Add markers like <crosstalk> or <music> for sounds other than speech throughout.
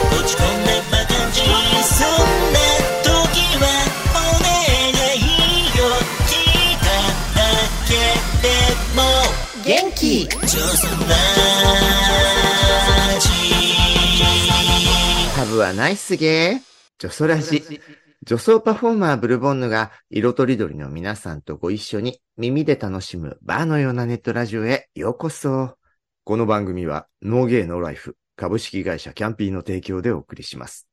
落ち込んだバカンジそんな時はお願いよ聞いただけでも元ジ気ョスラジタブはナイスゲージョソラジ。女装パフォーマーブルボンヌが色とりどりの皆さんとご一緒に耳で楽しむバーのようなネットラジオへようこそ。この番組はノーゲーノーライフ株式会社キャンピーの提供でお送りします。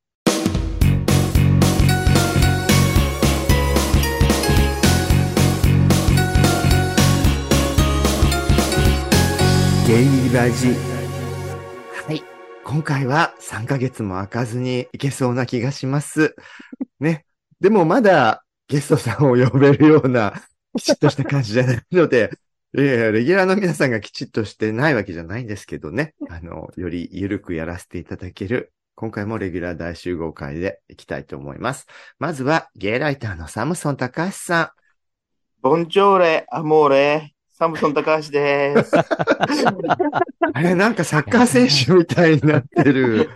ゲイラジ。はい。今回は3ヶ月も開かずにいけそうな気がします。 <laughs> ね。でもまだゲストさんを呼べるような <laughs> きちっとした感じじゃないので、いやいやレギュラーの皆さんがきちっとしてないわけじゃないんですけどね。あの、よりゆるくやらせていただける、今回もレギュラー大集合会でいきたいと思います。まずは、ゲイライターのサムソン高橋さボンジョーレ、アモーレ、サムソン高橋です。ん。あれ、なんかサッカー選手みたいになってる。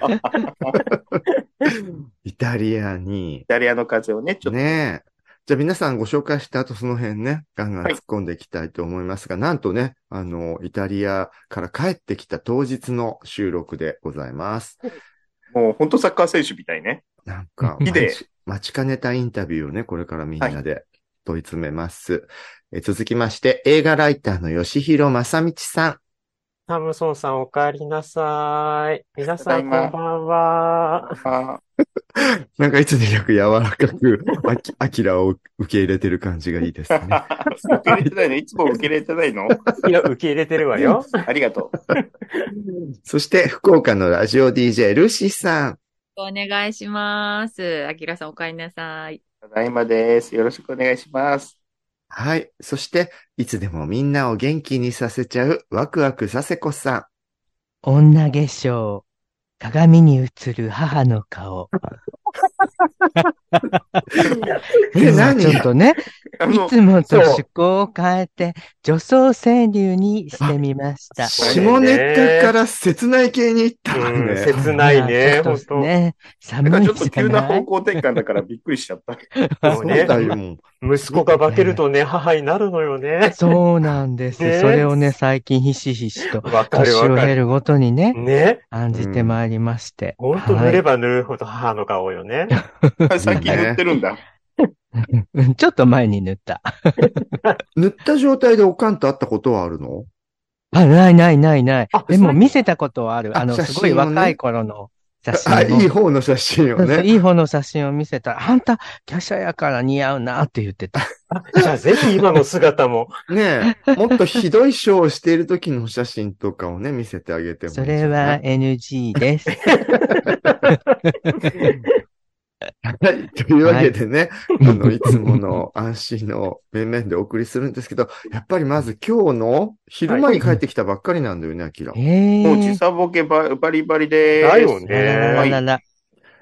イタリアにイ。タリアの風をね、ちょっと、ねえ。じゃあ皆さんご紹介した後その辺ね、ガンガンはい突っ込んでいきたいと思いますが、なんとね、あの、イタリアから帰ってきた当日の収録でございます。もう本当サッカー選手み <laughs> たいね。なんか、見て待ち待ちかねたインタビューをね、これからみんなで問い詰めます。え続きまして、映画ライターの吉弘正道さん。サムソンさんお帰りなさい。皆さんこんただいまばんは。あなんかいつになく柔らか <laughs> く、あき、アキラを受け入れてる感じがいいですね。ー受け入れてないのいつも受け入れてないのいや、受け入れてるわよ。ありがとう。そして、福岡のラジオ DJ ルーシーさん。お願いします。あきらさんお帰りなさ <laughs> い。ただいまです。よろしくお願いします。はい。そして、いつでもみんなを元気にさせちゃう、ワクワクさせこさ女化粧。鏡に映る母の <laughs> 顔。え今何ちょっとね、あいの、つもと趣向を変えて、女装川柳にしてみましたん。。下ネタから切ない系に行ったわうん、ね。切ないね、ちょ本っと当。ね、なん寒かいちょっとじゃ急なな方い向転換だからびっくりしちゃった。そうねそ <laughs> うだよ。もう息子が化けるとね、母になるのよね。 <laughs> そうなんです。ねそれをね、最近ひしひしと、わか年るをわか経る。るごとにね、ね。感じてまいりまして。ほんと塗れば塗るほど母の顔よね。最近塗ってるんだ。はい <laughs> ちょっと前に塗った。塗った状態でおかんと会ったことはあるのあ、ないないないないあ。でもそう見せたことはある。ああの、写すごい真をね若い頃の写真あ、をいい方の写真そをうそう <laughs> ね。いい方の写真を見せたら、あんた、華奢やから似合うなって言ってた。じゃあぜひ今の姿も。ねえ。もっとひどいショーをしている時の写真とかをね、見せてあげてもいいそれは NG です。はい。というわけでね、あの、いつもの安心の面々でお送りするんですけど、やっぱりまず今日の昼間に帰ってきたばっかりなんだよね、アキラえ。もう時ー。差ボケばバリバリでだよす。あららね。ららら。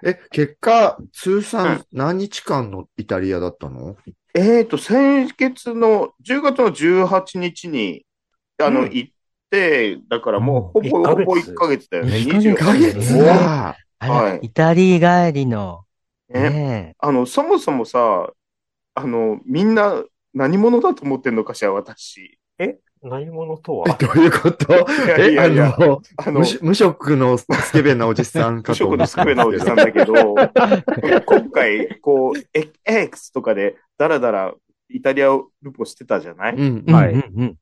え、結果、通算うん何日間のイタリアだったのえーと、先月の10月の18日に、あの、うん行って、だからもうほぼうんほぼ一1ヶヶ月だよね。一24ヶ月だあらはいイタリー帰りの。ねねあの、そもそもさ、あの、みんな何者だと思ってんのかしら、私。何者とえは。どういうこといやいえ、やあいや、の、あの無、し無職のスケベなおじさんか無と思職ったのんですけスど。ケベなおじさんだけど、今回、こう、エ X とかで、だらだらイタリアをルポしてたじゃない、うんうえ。ん。はいうんうん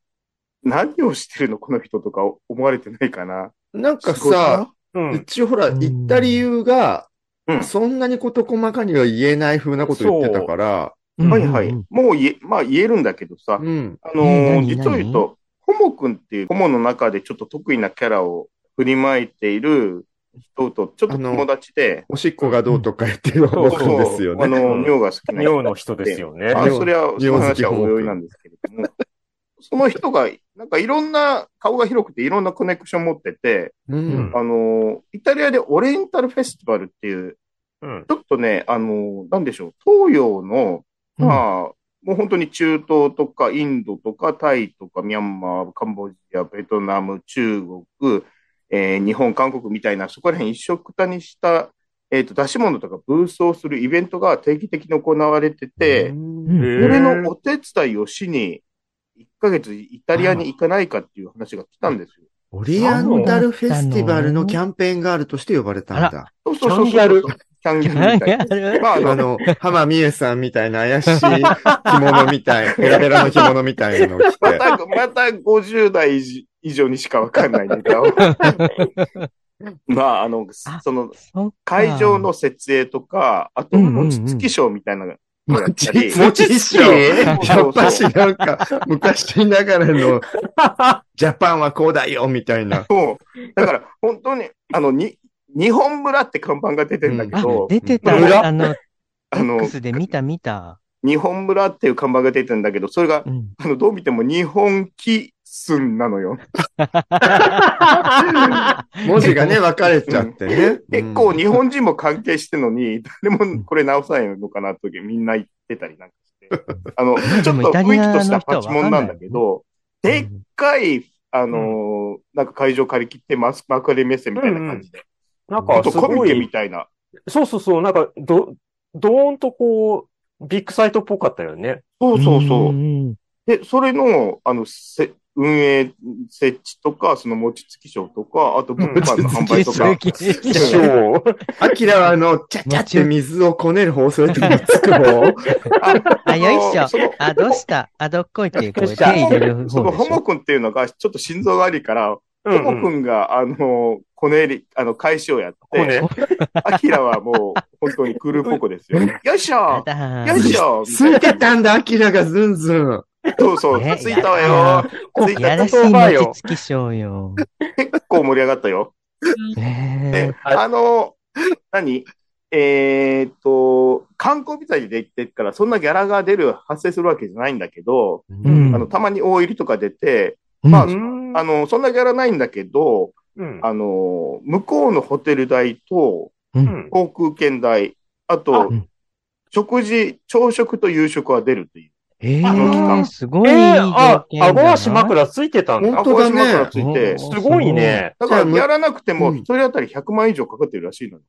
何をしてるの、この人とか思われてないかな。なんかすごいさ、、うん。うちほら、行った理由がう、んそんなに事細かには言えない風なこと言ってたから、うん。はいはいうん。もう言え、まあ言えるんだけどさ、うん。あのねー何実を言うと、ホモ君っていう、ホモの中でちょっと得意なキャラを振りまいている人と、ちょっと友達で、おしっこがどうとか言ってるそう僕そうですよあね。の、尿が好きな尿の人ですよね。あ尿それは、その話はおいおいなんですけれども、その人が、なんかいろんな、顔が広くていろんなコネクション持ってて、うん。あの、イタリアでオレンタルフェスティバルっていう、うん。ちょっとね、あの、なんでしょう、東洋の、まあ、もう本当に中東とかインドとかタイとかミャンマー、カンボジア、ベトナム、中国、えー日本、韓国みたいな、そこら辺一緒くたにした、えー、と出し物とかブースをするイベントが定期的に行われてて、うんこれのお手伝いをしに、1ヶ月イタリアに行かないかっていう話が来たんですよ。オリエンタルフェスティバルのキャンペーンガールとして呼ばれたんあだ。そうそうそうそう。キャンギャル。キャンギャルみたいな。まあ、ああの、の、浜美恵さんみたいな怪しい着物みたい、ペラペラの着物みたいのを着まて。た、また50代以上にしかわかんないネ <laughs> タを。まあ、あの、あその、そっか会場の設営とか、あと、うんうんうん餅つきショーみたいなのがやった餅つきり。ショーやっぱしなんか、昔ながらの、ジャパンはこうだよ、みたいな。そう。だから、本当に、あの、に、日本村って看板が出てんだけあど、出て裏た。あの、あの X で見た見た。日本村っていう看板が出てんだけど、それが、うん。あの、どう見ても日本キスンなのよ。文字がね、分かれちゃってね。結構うん日本人も関係してるのに、誰もこれ直さないのかなとみんな言ってたりなんかして。あの、ちょっと雰囲気としたパチモンなんだけど、でっかい、あのー、なんか会場借り切ってマス幕張メッセみたいな感じで。なんちょかっとすコミごケいみ、たいな。そうそうそう、なんかど、どーんとこう、ビッグサイトっぽかったよね。そうそうそうう。んで、それの、あの、せ運営、設置とか、その餅つき賞とか、あと物販の販売とか。ショー。アキラはあの、ちゃちゃって水をこねる方、それともつく方あ、よいしょその。あ、どうしたあ、どっこいっていう、こよれ、っ手しゃ入れるそ方のでホしモょ。君っていうのが、ちょっと心臓が悪いから、うともんくんが、あの、コネリ、あの、返しをやっこうて、ね。アキラはもう、本当にクールポコですよ。よいしあょだよいしょついてたんだ、アキラがずんずん。そうそう、ねついたわよ。ついいやたらしい餅つきショーよ。結構盛り上がったよ。ねで、あの、何えーっと、観光ビザで行ってっから、そんなギャラが出る、発生するわけじゃないんだけど、えんあの、たまに大入りとか出て、うんまあ、うんあの、そんなギャラないんだけど、うんあの、向こうのホテル代と、ううんん航空券代、ああとうん、食事、朝食と夕食は出るという。えあの期間ー、すごいえいいえ条件あ、じゃない。顎足枕ついてたんだ。本当だねあこういう島からついおて。すごいね。だかじゃらあやらなくてもうん一人当たり100万円以上かかってるらしいのよ。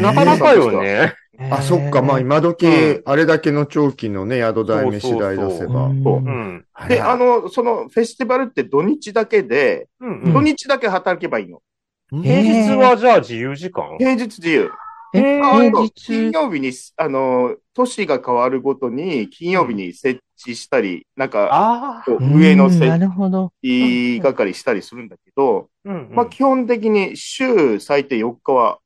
なかなかよね。えー。あ、そっか、まあ今時、あれだけの長期のね、宿代飯代出せば。うんそううん。で、あ、の、そのフェスティバルって土日だけで、うんううん土ん日だけ働けばいいの。え平日はじゃあ自由時間平日自由。ええーあ平の金日、曜日に、あの、都市が変わるごとに、金曜日に設置したり、なんか、ああ。こう上のうんな設るほど。置係したりするんだけど、うんうんまあ基本的に週最低4日は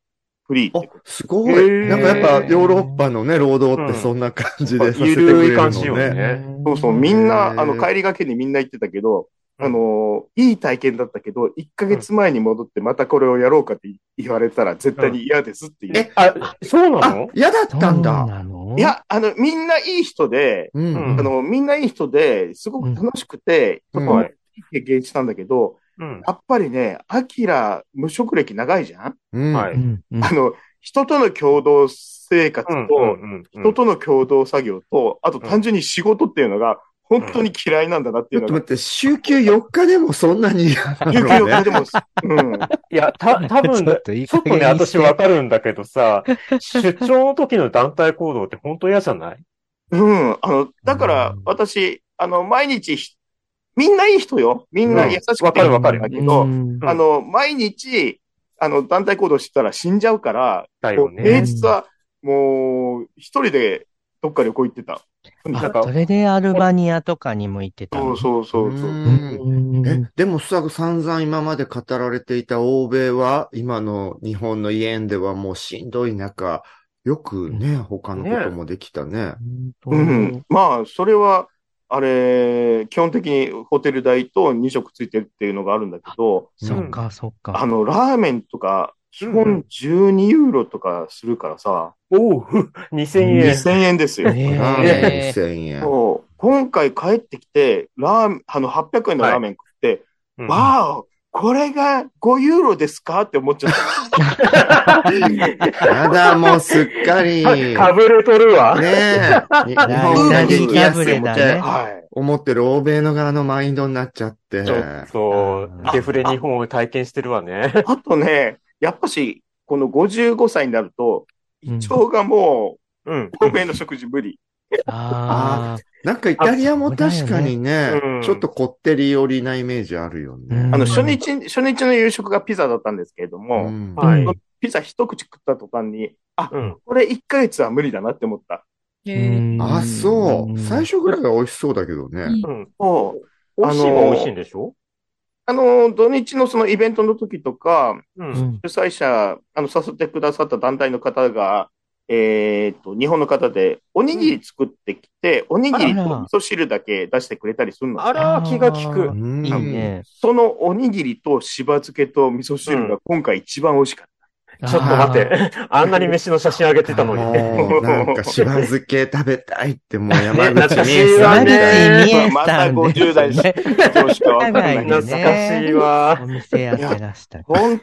フリーってこと。すごへい。ーなんかやっぱヨーロッパのね、労働ってそんな感じでさせてくれゆるるいの感じよね。ね。そうそう、んみんなへ、ーあの、帰りがけにみんな言ってたけど、うんあの、いい体験だったけど、1ヶ月前に戻ってまたこれをやろうかって言われたら絶対に嫌ですっていう。えあ、そうなあの、嫌だったんそうだ。なの。い、や、あの、みんないい人で、うんうあんの、みんないい人で、すごく楽しくて、うんとてもいい経験したんだけど、うん。やっぱりね、アキラ、無職歴長いじゃんうんはいうんうんあの、人との共同生活うんうと、んうん人との共同作業と、あと単純に仕事っていうのが、本当に嫌いなんだなってちいょっうのとが待っ、て、週休4日でもそんなに嫌なのね有給をでも、うん。いや、た、多分ちょっといいちょっ加 <laughs> とね、減にし私てわかるんだけどさ、出張の時の団体行動って本当嫌じゃないうん。あの、だからうん、私、あの、毎日ひ、みんないい人よ。みんな優しくて。うんわかるわかるだけど、うんあの、毎日、あの、団体行動してたら死んじゃうから、だこよう平ね日は、もう、一人でどっか旅行行ってた。なんあかそ、れでアルバニアとかにも行ってたそのうそうそうそうう。んうんえ、でもさ、散々今まで語られていた欧米は、今の日本の家ではもうしんどい中、よくね、他のこともできたね。うん。まあ、それは、あれ、基本的にホテル代と2食ついてるっていうのがあるんだけど、そっか、そっあか。の、ラーメンとか、基うんう本12ユーロとかするからさ、おう、2000円。 2000円ですよ。ねラーメン2000円。そう今回帰ってきて、ラーメン、あの、800円のラーメン食って、うんわーおこれが5ユーロですかって思っちゃった。ただもうすっか <laughs> り。かぶれとるわ。ねえ。日本ができやすいもんラリーねダ。はい。思ってる欧米の側のマインドになっちゃって。ちょっとうん、デフレ日本を体験してるわね。あとね、やっぱし、この55歳になると、胃うん腸がもうん。う、透明の食事無理。ああ。なんかイタリアも確かにねそうだよねうんちょっとこってり寄りなイメージあるよね。うんあの、初日、初日の夕食がピザだったんですけれどうも、んはい。うんピザ一口食った途端に、あ、うん。これ1ヶ月は無理だなって思った。へあ、そう。最初。初ぐらいは美味しそうだけどね。うん。そう。美味しいもんあのー美味しいんでしょあの、土日のそのイベントの時とか、う。うんん主催者、あの、誘ってくださった団体の方が、えっと、日本の方で、おにぎり作ってきて、おにぎりと味噌汁だけ出してくれたりするの。あら、気が利うく。うんいいね。そのおにぎりとしば漬けと味噌汁が今回一番美味しかっちょっと待って。あんなに飯の写真上げてたのにね。もうなんかしば漬け食べたいってもう山口みあー。うわ山えね口ねみえまさんたです50代ね。た。 <laughs> どうしかわかんなはいい懐かしいわ。お店やってらした。ほん、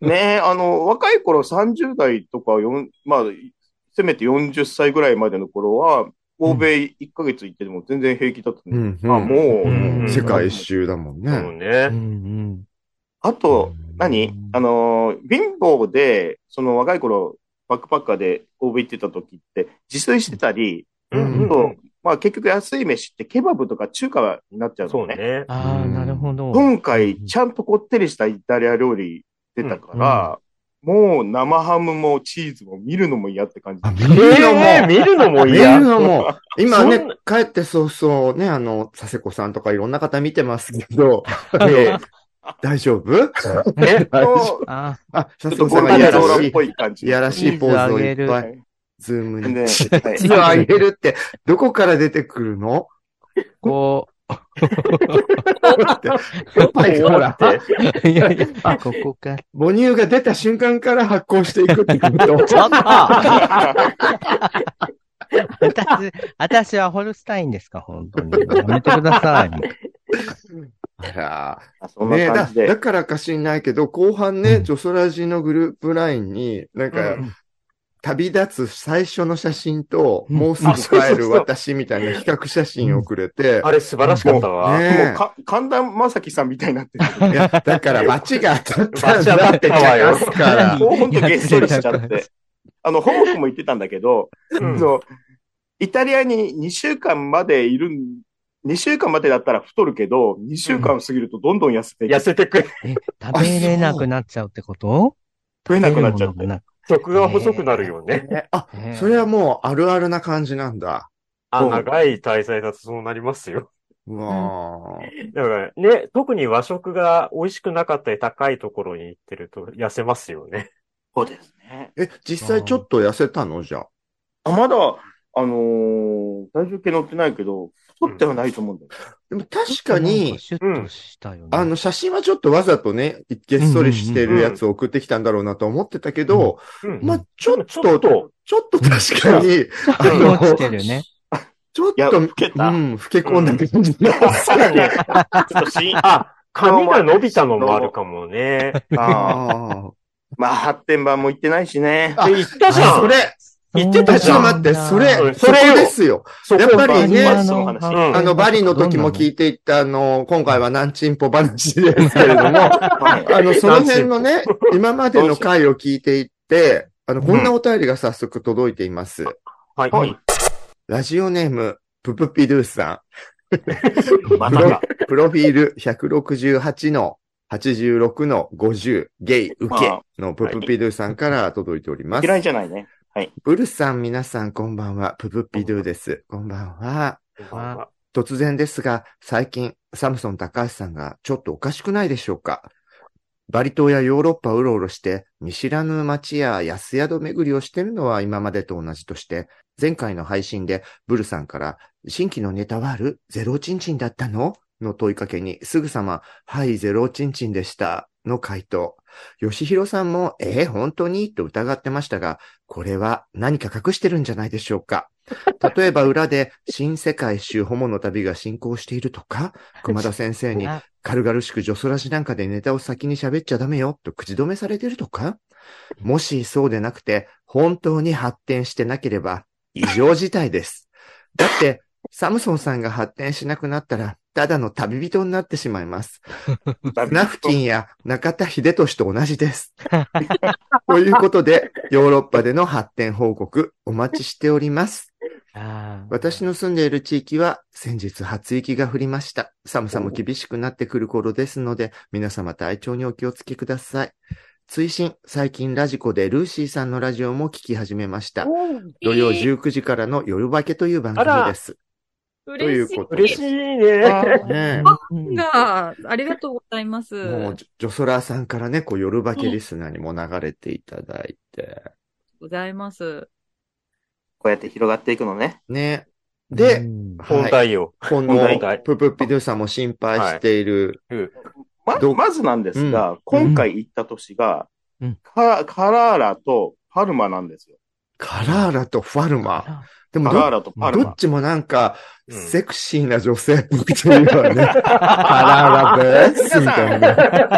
ねえ、あの、若い頃30代とか4、まあ、せめて40歳ぐらいまでの頃は、欧米1ヶ月行ってでも全然平気だったんうで、ん、うあ、ん。もう、うん世界一周だもんそうね。うね。んあと、何うんあの、貧乏で、その若い頃、バックパッカーで欧米行ってた時って、自炊してたり、ううんん。そうまあ結局安い飯ってケバブとか中華になっちゃうそうのね。ね。ああ、なるほど。今回、ちゃんとこってりしたイタリア料理出たから、もう生ハムもチーズも見るのも嫌って感じ。あ、見えるのーも、見るのも見嫌る。のも、今ねそんな、帰ってそうそうね、あの、佐世子さんとかいろんな方見てますけど、ね大丈夫ね。 <laughs> 大丈夫とああ、佐ち世ょっと子ゴさんルがいやらゴゾーしラっい、ぽい感じ。いやらしいポーズをいっぱ、はいズームに。ねはい地図を上げるって、どこから出てくるのこって。はい、ほら、う、 <laughs> いやいや、ここか。母乳が出た瞬間から発酵していくってこと。 <laughs> ちょっと私、私はホルスタインですか、本当に。やめてください。あらあそんねなだ感じで。だからかしんないけど、後半ね、うんジョソラジのグループラインに、なんうか、ん旅立つ最初の写真と、うんもうすぐ帰る私みたいな比較写真をくれて、あれ素晴らしかったわ。もうねか、神田正輝さんみたいになってる。えいや、だから街が当たっ罰た当んだたっってたちわゃよかすから。もうほんとげっそりしちゃって。あの、ホークも言ってたんだけど、うんそうイタリアに2週間までいるん、2週間までだったら太るけど、2週間過ぎるとどんどん痩せていく痩せてく。え、食べれなくなっちゃうってこと食えなくなっちゃっ食てべる。ものがなく食が細くなるよね。ねあ、ねそれはもうあるあるな感じなんだ。あ、長い滞在だとそうなりますよ。うわーだからね、特に和食が美味しくなかったり高いところに行ってると痩せますよね。そうですね。え、実際ちょっと痩せたのじゃあ。あ、まだ、あのー体重計乗ってないけど、太ってはないと思うんだよ。でも確かに、シュッとしたよね。あの、写真はちょっとわざとね、げっそりしてるやつを送ってきたんだろうなと思ってたけど、うん。まあ、ちょっちょと、っとちょっと確かに、あうんの、落ちてるね。ちょっいやと、老けたうん、老け込んだ感じが。さらに、ちょっとしあ、髪が伸びたのもあるかもね。あーあまあ、発展版も行ってないしね。あえ行ったじゃあ。んそれ、言ってたあじちゃょんっと待って、それ、うんそそれよこですよ。そこやっぱりねバリの話うんあの、バリの時も聞いていった、あの、今回は南チンポ話ですけれども、はいあの、その辺のね、今までの回を聞いていって、あの、んこんなお便りが早速届いています。はい。はいラジオネーム、ププピドゥさん。またかプロプロフィール168の86の50、ゲイ、受けのププピドゥさんから届いております。嫌いじゃないね。ブルさん、皆さん、こんばんは。ププピドゥです。こんばんは。あ突然ですが、最近、サムソン高橋さんがちょっとおかしくないでしょうかバリ島やヨーロッパをうろうろして、見知らぬ街や安宿巡りをしてるのは今までと同じとして、前回の配信でブルさんから、新規のネタはあるゼロチンチンだったのの問いかけに、すぐさま、はい、ゼロチンチンでした。の回答。吉弘さんも、えー、本当にと疑ってましたが、これは何か隠してるんじゃないでしょうか例えば裏で新世界一周ホモの旅が進行しているとか、熊田先生にあ軽々しく女ソラジなんかでネタを先に喋っちゃダメよと口止めされてるとか、もしそうでなくて本当に発展してなければ異常事態です。だって、サムソンさんが発展しなくなったら、ただの旅人になってしまいます。ナフキンや中田秀俊と同じです。 <laughs> ということで、ヨーロッパでの発展報告、お待ちしております。あー私の住んでいる地域は先日初雪が降りました。寒さも厳しくなってくる頃ですので、皆様体調にお気をつけください。追伸、最近ラジコでルーシーさんのラジオも聞き始めました。土曜19時からの夜化けという番組です。とということで嬉すしい。ね。ねうんが、ありがとうございます。え、もうジョ、ジョソラーさんからね、こう、夜化けリスナーにも流れていただいて。ございます。こうやって広がっていくのね。ねえ。で、うん本はい、題よ。本本の題ププピドゥさんも心配している、まどうまずなんですが、今回行った都市が、うんカカラーラとパルマなんですよ。カラーラとファルマ。あでもカどラーラとパルどマっ。ちもなんか、うんセクシーな女性っぽくていいわね。あららです皆さんみたいな。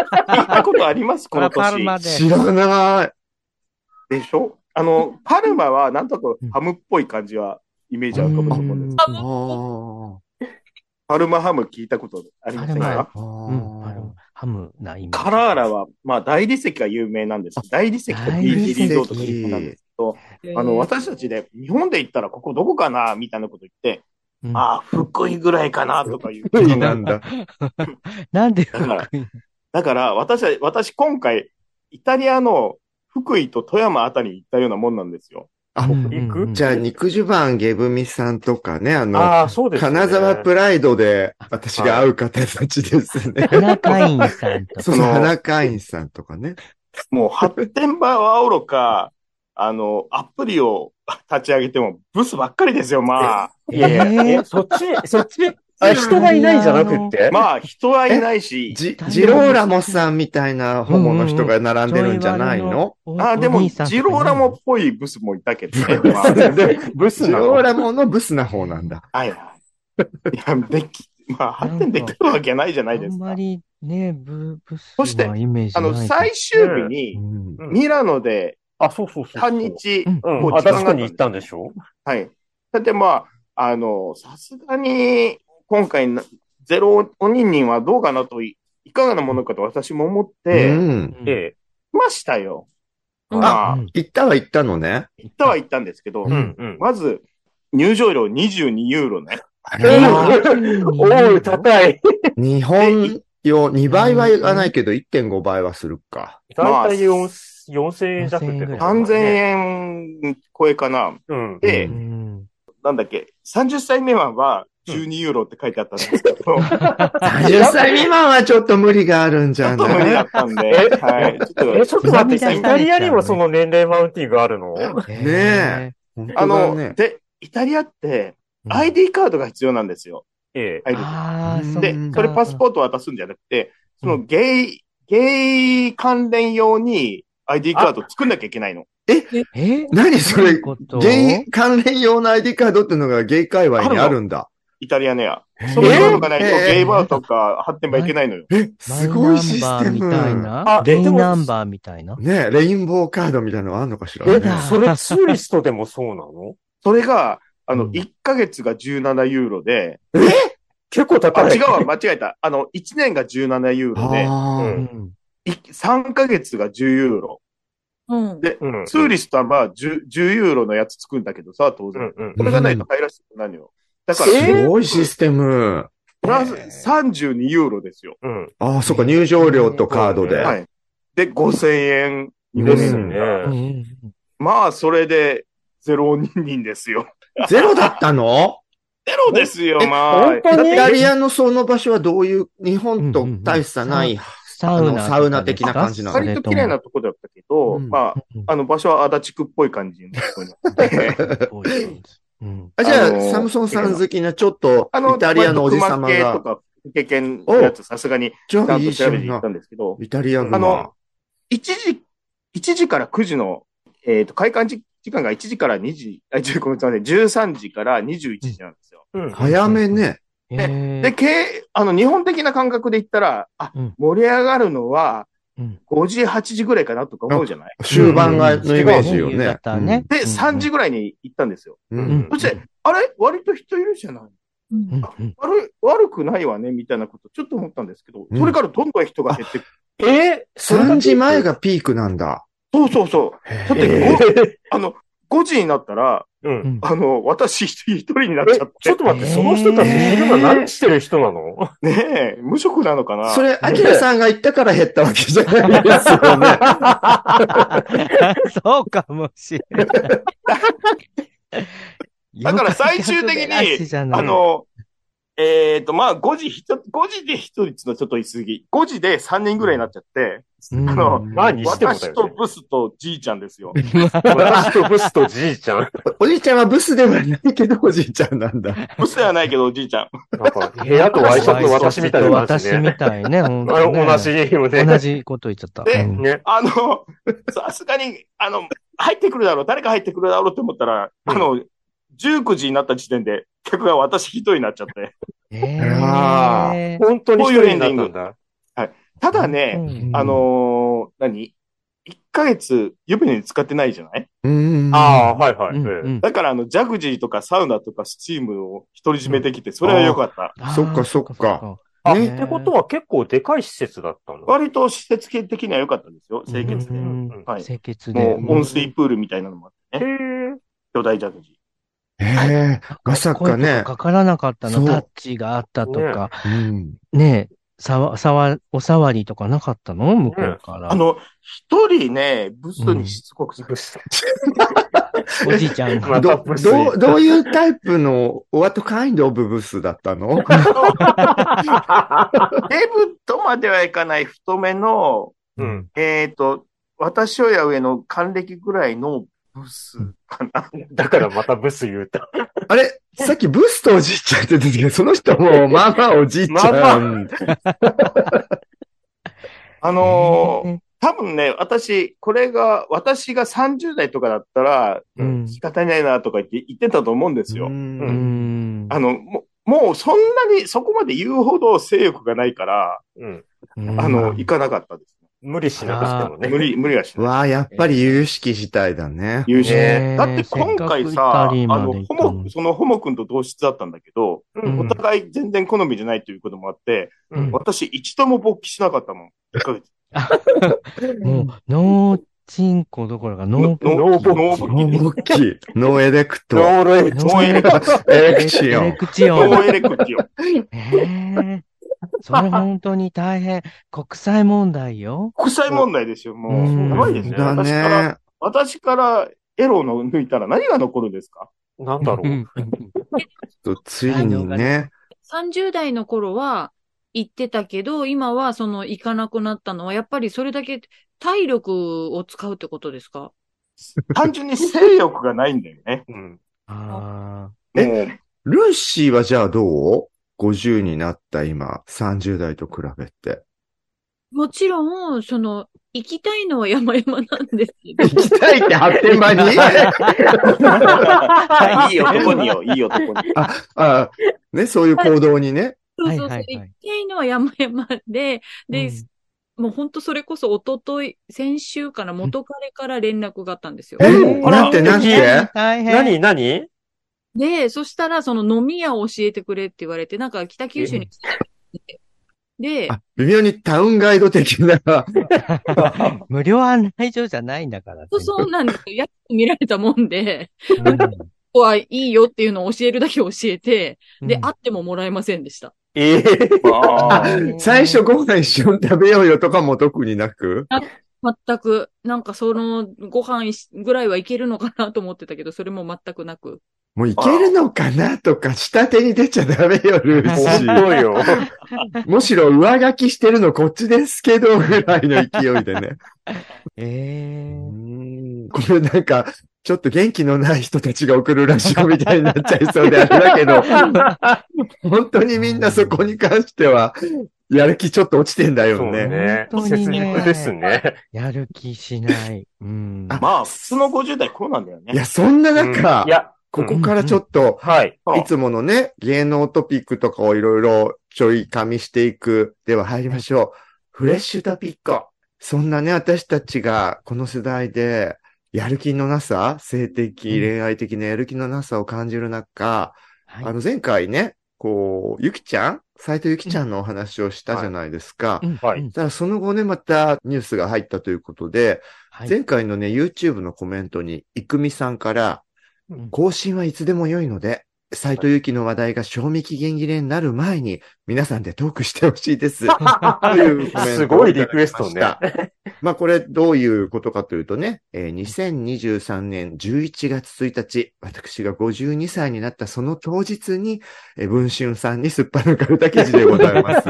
行ったことありますこの都パル市。マで。知らない。でしょあの、パルマはなんとなくハムっぽい感じはイメージあるかもしれないです。あーパルマハム聞いたことありませんパルマかあうんパルーマ。ハムなイメージカラーラは、まあ、大理石が有名なんです。大理石とビーチリゾートが有名なんですけど、あの、私たちで、日本で行ったらここどこかなみたいなこと言って、うんああ、福井ぐらいかなとか言う。いいなんだ。なんでだから福井だから、私は、私今回、イタリアの福井と富山あたりに行ったようなもんなんですよ。あうん行くうんじゃあ、肉襦袢ゲブミさんとかね、あの、ああ、そうですね。金沢プライドで私が会う方たちですね。花会員さんと。その花会員さんとかね。もう、発展場はおろか、あの、アプリを <laughs> 立ち上げてもブスばっかりですよ、まあ。いやいやえーえそっち、そっち、あ人がいないじゃなくって。まあ、人はいないし、ジ、ジローラモさんみたいなホモの人が並んでるんじゃないのおああ、でも、おジ兄さんとかローラモっぽいブスもいたけどね。まあでブスジなローのラモのブスな方なんだ。はいはい。いや、でき、まあ、発展できるわけないじゃないであすんかま。りね、ブブスそしてはイメージあないの、最終日に、うんうんミラノであ、そうそうそう。半。日、うんう。もうん時間あ、が確かに行ったんでしょはい。だってまあ、あの、さすがに、今回な、ゼロお人人はどうかなとい、いかがなものかと私も思っうて、ん。うんえ来ましたよ。うんまあ、う行ん行ったは行ったのね。ったは行ったんですけどえ。う、ん、うん。まず、入場料22ユーロね。あれえはおう、高い。日本よ2倍は行かないけど1.5倍はするか。だいたい4000円弱ってことだね3000。円超えかな。うん。で、うんなんだっけ、30歳未満は12ユーロって書いてあったんですけ <laughs> ど、 30歳未満はちょっと無理があるんじちょゃっと無理だなったんで、えはい。ちょえ、っちょっと待って、ふざけイたタりしちリゃうねアにもその年齢マウンティングがあるのいねえ。と、あ本当だの、ねで、イタリアってうん ID カードが必要なんですよ。ええ。入るああ、うんそっでか、それパスポート渡すんじゃなくて、そのゲイ、ゲイ関連用に ID カード作んなきゃいけないの。え何そどういれうことゲイ関連用の ID カードっていうのがゲイ界隈にあるんだ。イタリアねや。えそのカードがないとえゲイバーとか発展場いけないのよ。え、すごいシステム。マイナンバあーみたいな。レでイもナンバーみたいな。ねえ、レインボーカードみたいなのあんのかしらえね。それツーリストでもそうなのそれが、あうの、ん1ヶ月が17ユーロで、結構あ、高い。違うわ、間違えた。あの、1年が17ユーロで、あううーんい3ヶ月が10ユーロ。うん。でうん。ツーリストはまあ 10, 10ユーロのやつ作んだけどさ、当う然。んうん。これがないと入らせてくれないのよ。だから、えすごいシステム。プラス32ユーロですよ。うん。ああ、そっか、入場料とカードで。はい。で、5000円。ですうんね。うんうんまあ、それで、ゼロ人人ですよ。ゼロだったのゼロですよ、まあ本。当イにタリアのその場所はどういう、日本と大差ない。サウナとあか。のサウナ的な感じなの割と綺麗なとこだったけど、うんまあ、あの場所は足立区っぽい感じのとこにあって。うんあじゃあ、あのーサムソンさん好きなちょっと、あの、 <laughs> イタリアのおじさま割と熊系とが、か、経験のやつ、さすがに、ちょちゃんいとい調人べて行なった。んですけど、イタリアあのの、1時、1時から9時の、えっ、と、開館時時間が1時から2時、あ、違うごめんなさいね、13時から21時なんですよ。うん。早めね。へえで、けあの、日本的な感覚で言ったら、あ、うん盛り上がるのはうん5時、8時ぐらいかなとか思うじゃない終盤がのイメージようん夕ね。方ねで、うん3時ぐらいに行ったんですよ。うんうんうんそして、あれ割と人いるじゃないうんうん悪い悪くないわね、みたいなこと、ちょっと思ったんですけど、うんそれからどんどん人が減ってくえそれが3時前がピークなんだ。そうそうそう。だってへ5、えあの、5時になったら、う。うんんあの、私一人になっえちゃっ、ちょってと待って、その人たち今何してる人なのねえ、無職なのかなそれ、アキラさんが言ったから減ったわけじゃないですよね。 <laughs> そうかもしれない。だから最終的にああ、の、えっ、と、まあ、5時ひと、5時で一人ちょっと言い過ぎ。5時で3人ぐらいになっちゃって、う <laughs> んあのまあ、にしてもだ私とよ、ね。ブスとじいちゃんですよ。私とブスとじいちゃん。おおじいちゃんはブスではないけど、おじいちゃんなんだ。ブスではないけど、おじいちゃん。なんか、部屋とワイシャツと私みたいな感じ私みね。たいね。あ本当のね同じ。よね。同じこと言っちゃった。でうんね。あの、さすがに、あの、入ってくるだろう、誰か入ってくるだろうって思ったら、あの、19時になった時点で、客が私一人になっちゃって。えあえ本当に一人になったんだ。ただね、あ、のー何 ?1 ヶ月湯船に使ってないじゃないうん。ああ、はいはい。うんええうんだからあの、ジャグジーとかサウナとかスチームを独り占めできて、それは良かった。あーそっかそっかあ、ねってことは結構でかい施設だったんだ。割と施設系的には良かったですよ、清潔うで。んうんはい。清潔で。もう温水プールみたいなのもあってね。へえ。巨大ジャグジー。へえ、まさか声ねと。かからなかったその。うタッチがあったとか。うん。ねえ、さわ、さわ、おさわりとかなかったの向こうから。あの、一人ね、ブスにしつこくされてブス。おじいち <laughs> ゃんがまたど、ブスどう、どういうタイプの、what kind of ブスだったのデブとまではいかない太めの、うん。えっ、と、私よりは上の還暦ぐらいのブスかな。だからまたブス言うた。あれさっきブスとおじいちゃんって言ってたけど、その人も、まあまあおじいちゃん。まああのー多分ね、私、これが、私が30代とかだったら、うん仕方ないなとか言って言ってたと思うんですよ。うんうーん。あの、もう、もうそんなに、そこまで言うほど性欲がないから、うん。うんあの、行かなかったです。無理しなくてもね。無。理、無理はしない。わあ、やっぱり有識事態だね。言うしねえだって今回さ、あせのっかくイタリーまで行、ホったのモ、そのホモ君と同室だったんだけど、うんお互い全然好みじゃないということもあって、うん。私一度も勃起しなかったもん。1ヶ月。もう、脳チンコどころか、脳ノー勃起ノー勃起大きい。ノーエレクノト。ーレイノノーエレエレクシエオレン。クチオン。ノーエレクティオン。ええそれ本当に大変。国際問題よ。国際問題ですよ、もうう。んやばいですね。だ私から、ね。私からエロの抜いたら何が残るんですかなんだろう。ついにね。 30代の頃は行ってたけど、今はその行かなくなったのは、やっぱりそれだけ体力を使うってことですか単純に性欲がないんだよね。うん。あもえう、ルーシーはじゃあどう ?50 になった今、30代と比べて。もちろん、その、行きたいのは山々なんですけど行、きたいって発展 <laughs> 場に <laughs> いい男によ、いい男 <laughs> に。あ、ね、そういう行動にね。そうそうそう、はいはいは行いきたいのは山々で、で、もう本当それこそ一昨日先週から元彼から連絡があったんですよ。えうんなんてなんて大何変。何で、そしたら、その飲み屋を教えてくれって言われて、なんか北九州に来てたんで、で、あ微妙にタウンガイド的な。無料案内所じゃないんだから。そうそうなんですよ。やっと見られたもんで、うん。ここはいいよっていうのを教えるだけ教えて、で、うん会ってももらえませんでした。ええ。あー最初ご飯一緒に食べようよとかも特になく。全く、なんかその、ご飯ぐらいはいけるのかなと思ってたけど、それも全くなく。もういけるのかなとか、下手に出ちゃダメよ、ルーシー。そうよ。むしろ上書きしてるのこっちですけど、ぐらいの勢いで <laughs> ね。ええこれなんか、ちょっと元気のない人たちが送るラジオみたいになっちゃいそうであれだけど、本当にみんなそこに関しては、やる気ちょっと落ちてんだよね。本当にね切実ですね。やる気 <laughs> しない。うん。あまあ、普通の50代こうなんだよね。いや、そんな中、いや、ここからちょっと、はい。そういつものね、芸能トピックとかをいろいろちょい加味していく。では入りましょう。フレッシュトピック。そんなね、私たちがこの世代で、やる気のなさ、性的、恋愛的なやる気のなさを感じる中、はいあの前回ね、こう、ゆきちゃん斎藤ゆきちゃんのお話をしたじゃないですか。うんはいうんただその後ね、またニュースが入ったということで、はい前回のね、YouTube のコメントに、いくみさんからうん、更新はいつでも良いので、斎藤由紀の話題が賞味期限切れになる前に、皆さんでトークしてほしい <laughs> です。というコメントをただきましたすごいリクエストね。 <laughs> まあこれどういうことかというとね、えー2023年11月1日、私が52歳になったその当日に、えー文春さんにすっぱ抜かれた記事でござい <laughs> ます。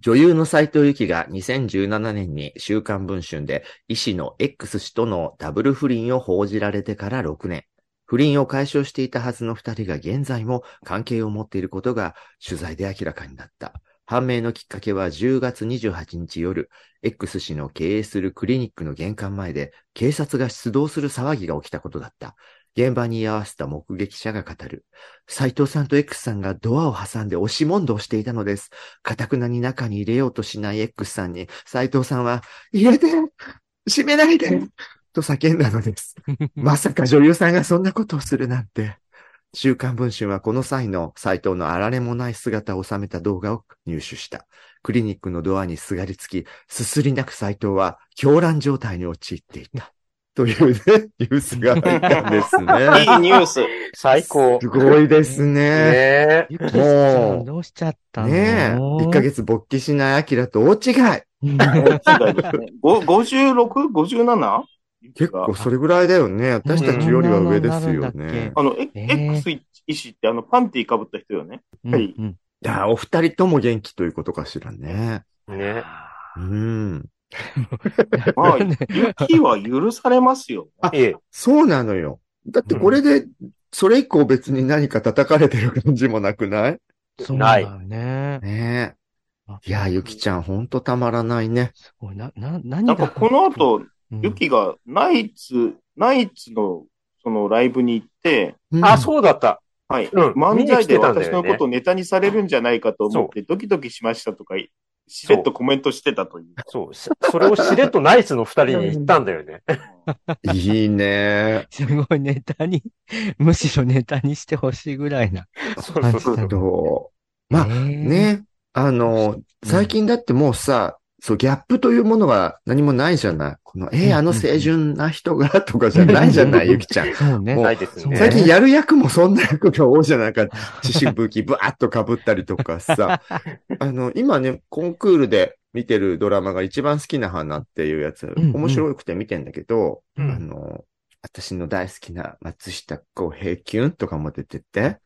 女優の斎藤由紀が2017年に週刊文春で医師の X 氏とのダブル不倫を報じられてから6年。不倫を解消していたはずの二人が現在も関係を持っていることが取材で明らかになった。判明のきっかけは10月28日夜、X 氏の経営するクリニックの玄関前で警察が出動する騒ぎが起きたことだった。現場に居合わせた目撃者が語る。斎藤さんと X さんがドアを挟んで押し問答していたのです。かたくなに中に入れようとしない X さんに、斎藤さんは、入れて閉めないでと叫んだのです。まさか女優さんがそんなことをするなんて。週刊文春はこの際の斎藤のあられもない姿を収めた動画を入手した。クリニックのドアにすがりつき、すすり泣く斎藤は狂乱状態に陥っていた。というね、ニュースが入ったんですい <laughs> ね。いニュ <laughs> ース。最高。すごいですねねえ。 <laughs> ゆきさ、もうんどうしちゃったのねえ、1ヶ。月勃起しないアキラと大違い。 56?57? 結構それぐらいだよね。私たちよりは上ですよね。あの、ええー X 医師ってあの、パンティ被った人よね。うはんいうんいや、お二人とも元気ということかしらね。ねうん。まあ、雪は許されますよ。あええ。そうなのよ。だってこれで、それ以降別に何か叩かれてる感じもなくない <laughs> そうだよね。ねあえ。いや、ゆきちゃんほんとたまらないね。すごい。な、な、何ながんかこの後、うんユキがナイツ、ナイツのそのライブに行って、あ、そうだった。はい。うん漫才で私の見に来てたんだよねことをネタにされるんじゃないかと思ってドキドキしましたとか、しれっとコメントして <laughs> たという。そう。しそれをしれっとナイツの二人に言ったんだよね。うん。いいね。すごいネタに、 <laughs> むしろネタにしてほしいぐらいな。そうそうそう。どうまあ、ねえねあの、最近だってもうさ、そう、ギャップというものは何もないじゃない。この、えうんー、あの清純な人が、とかじゃないじゃ <laughs> ない、ゆきちゃん。そうね。もう <laughs> ないですね。最近やる役もそんな役が多いじゃないか。思春期ぶわっと被ったりとか <laughs> さ。あの、今ね、コンクールで見てるドラマが一番好きな花っていうやつ、んうん面白くて見てんだけど、うんあの、私の大好きな松下洸平キュンとかも出てて、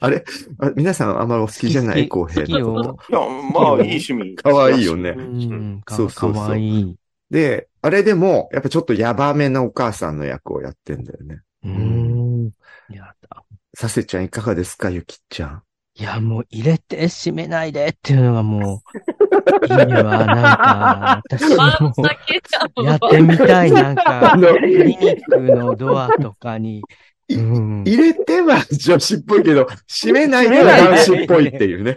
あれあ皆さんあんまりお好きじゃない好洸き平好きのことよ。いや、まあ、いい趣味。かわいいよね。ねう。うんん、かそうそうそうかわいい。で、あれでも、やっぱちょっとヤバめなお母さんの役をやってんだよね。うんん。やだ。させちゃんいかがですか、ゆきちゃん。いや、もう入れて閉めないでっていうのがもう、いいわ、なんか、私あ、 <laughs> もふざけちゃうやわっ。てみたい、なん <laughs> あか、のクリニックのドアとかに。いうん入れては女子っぽいけど、締めないでは男子っぽいっていうね。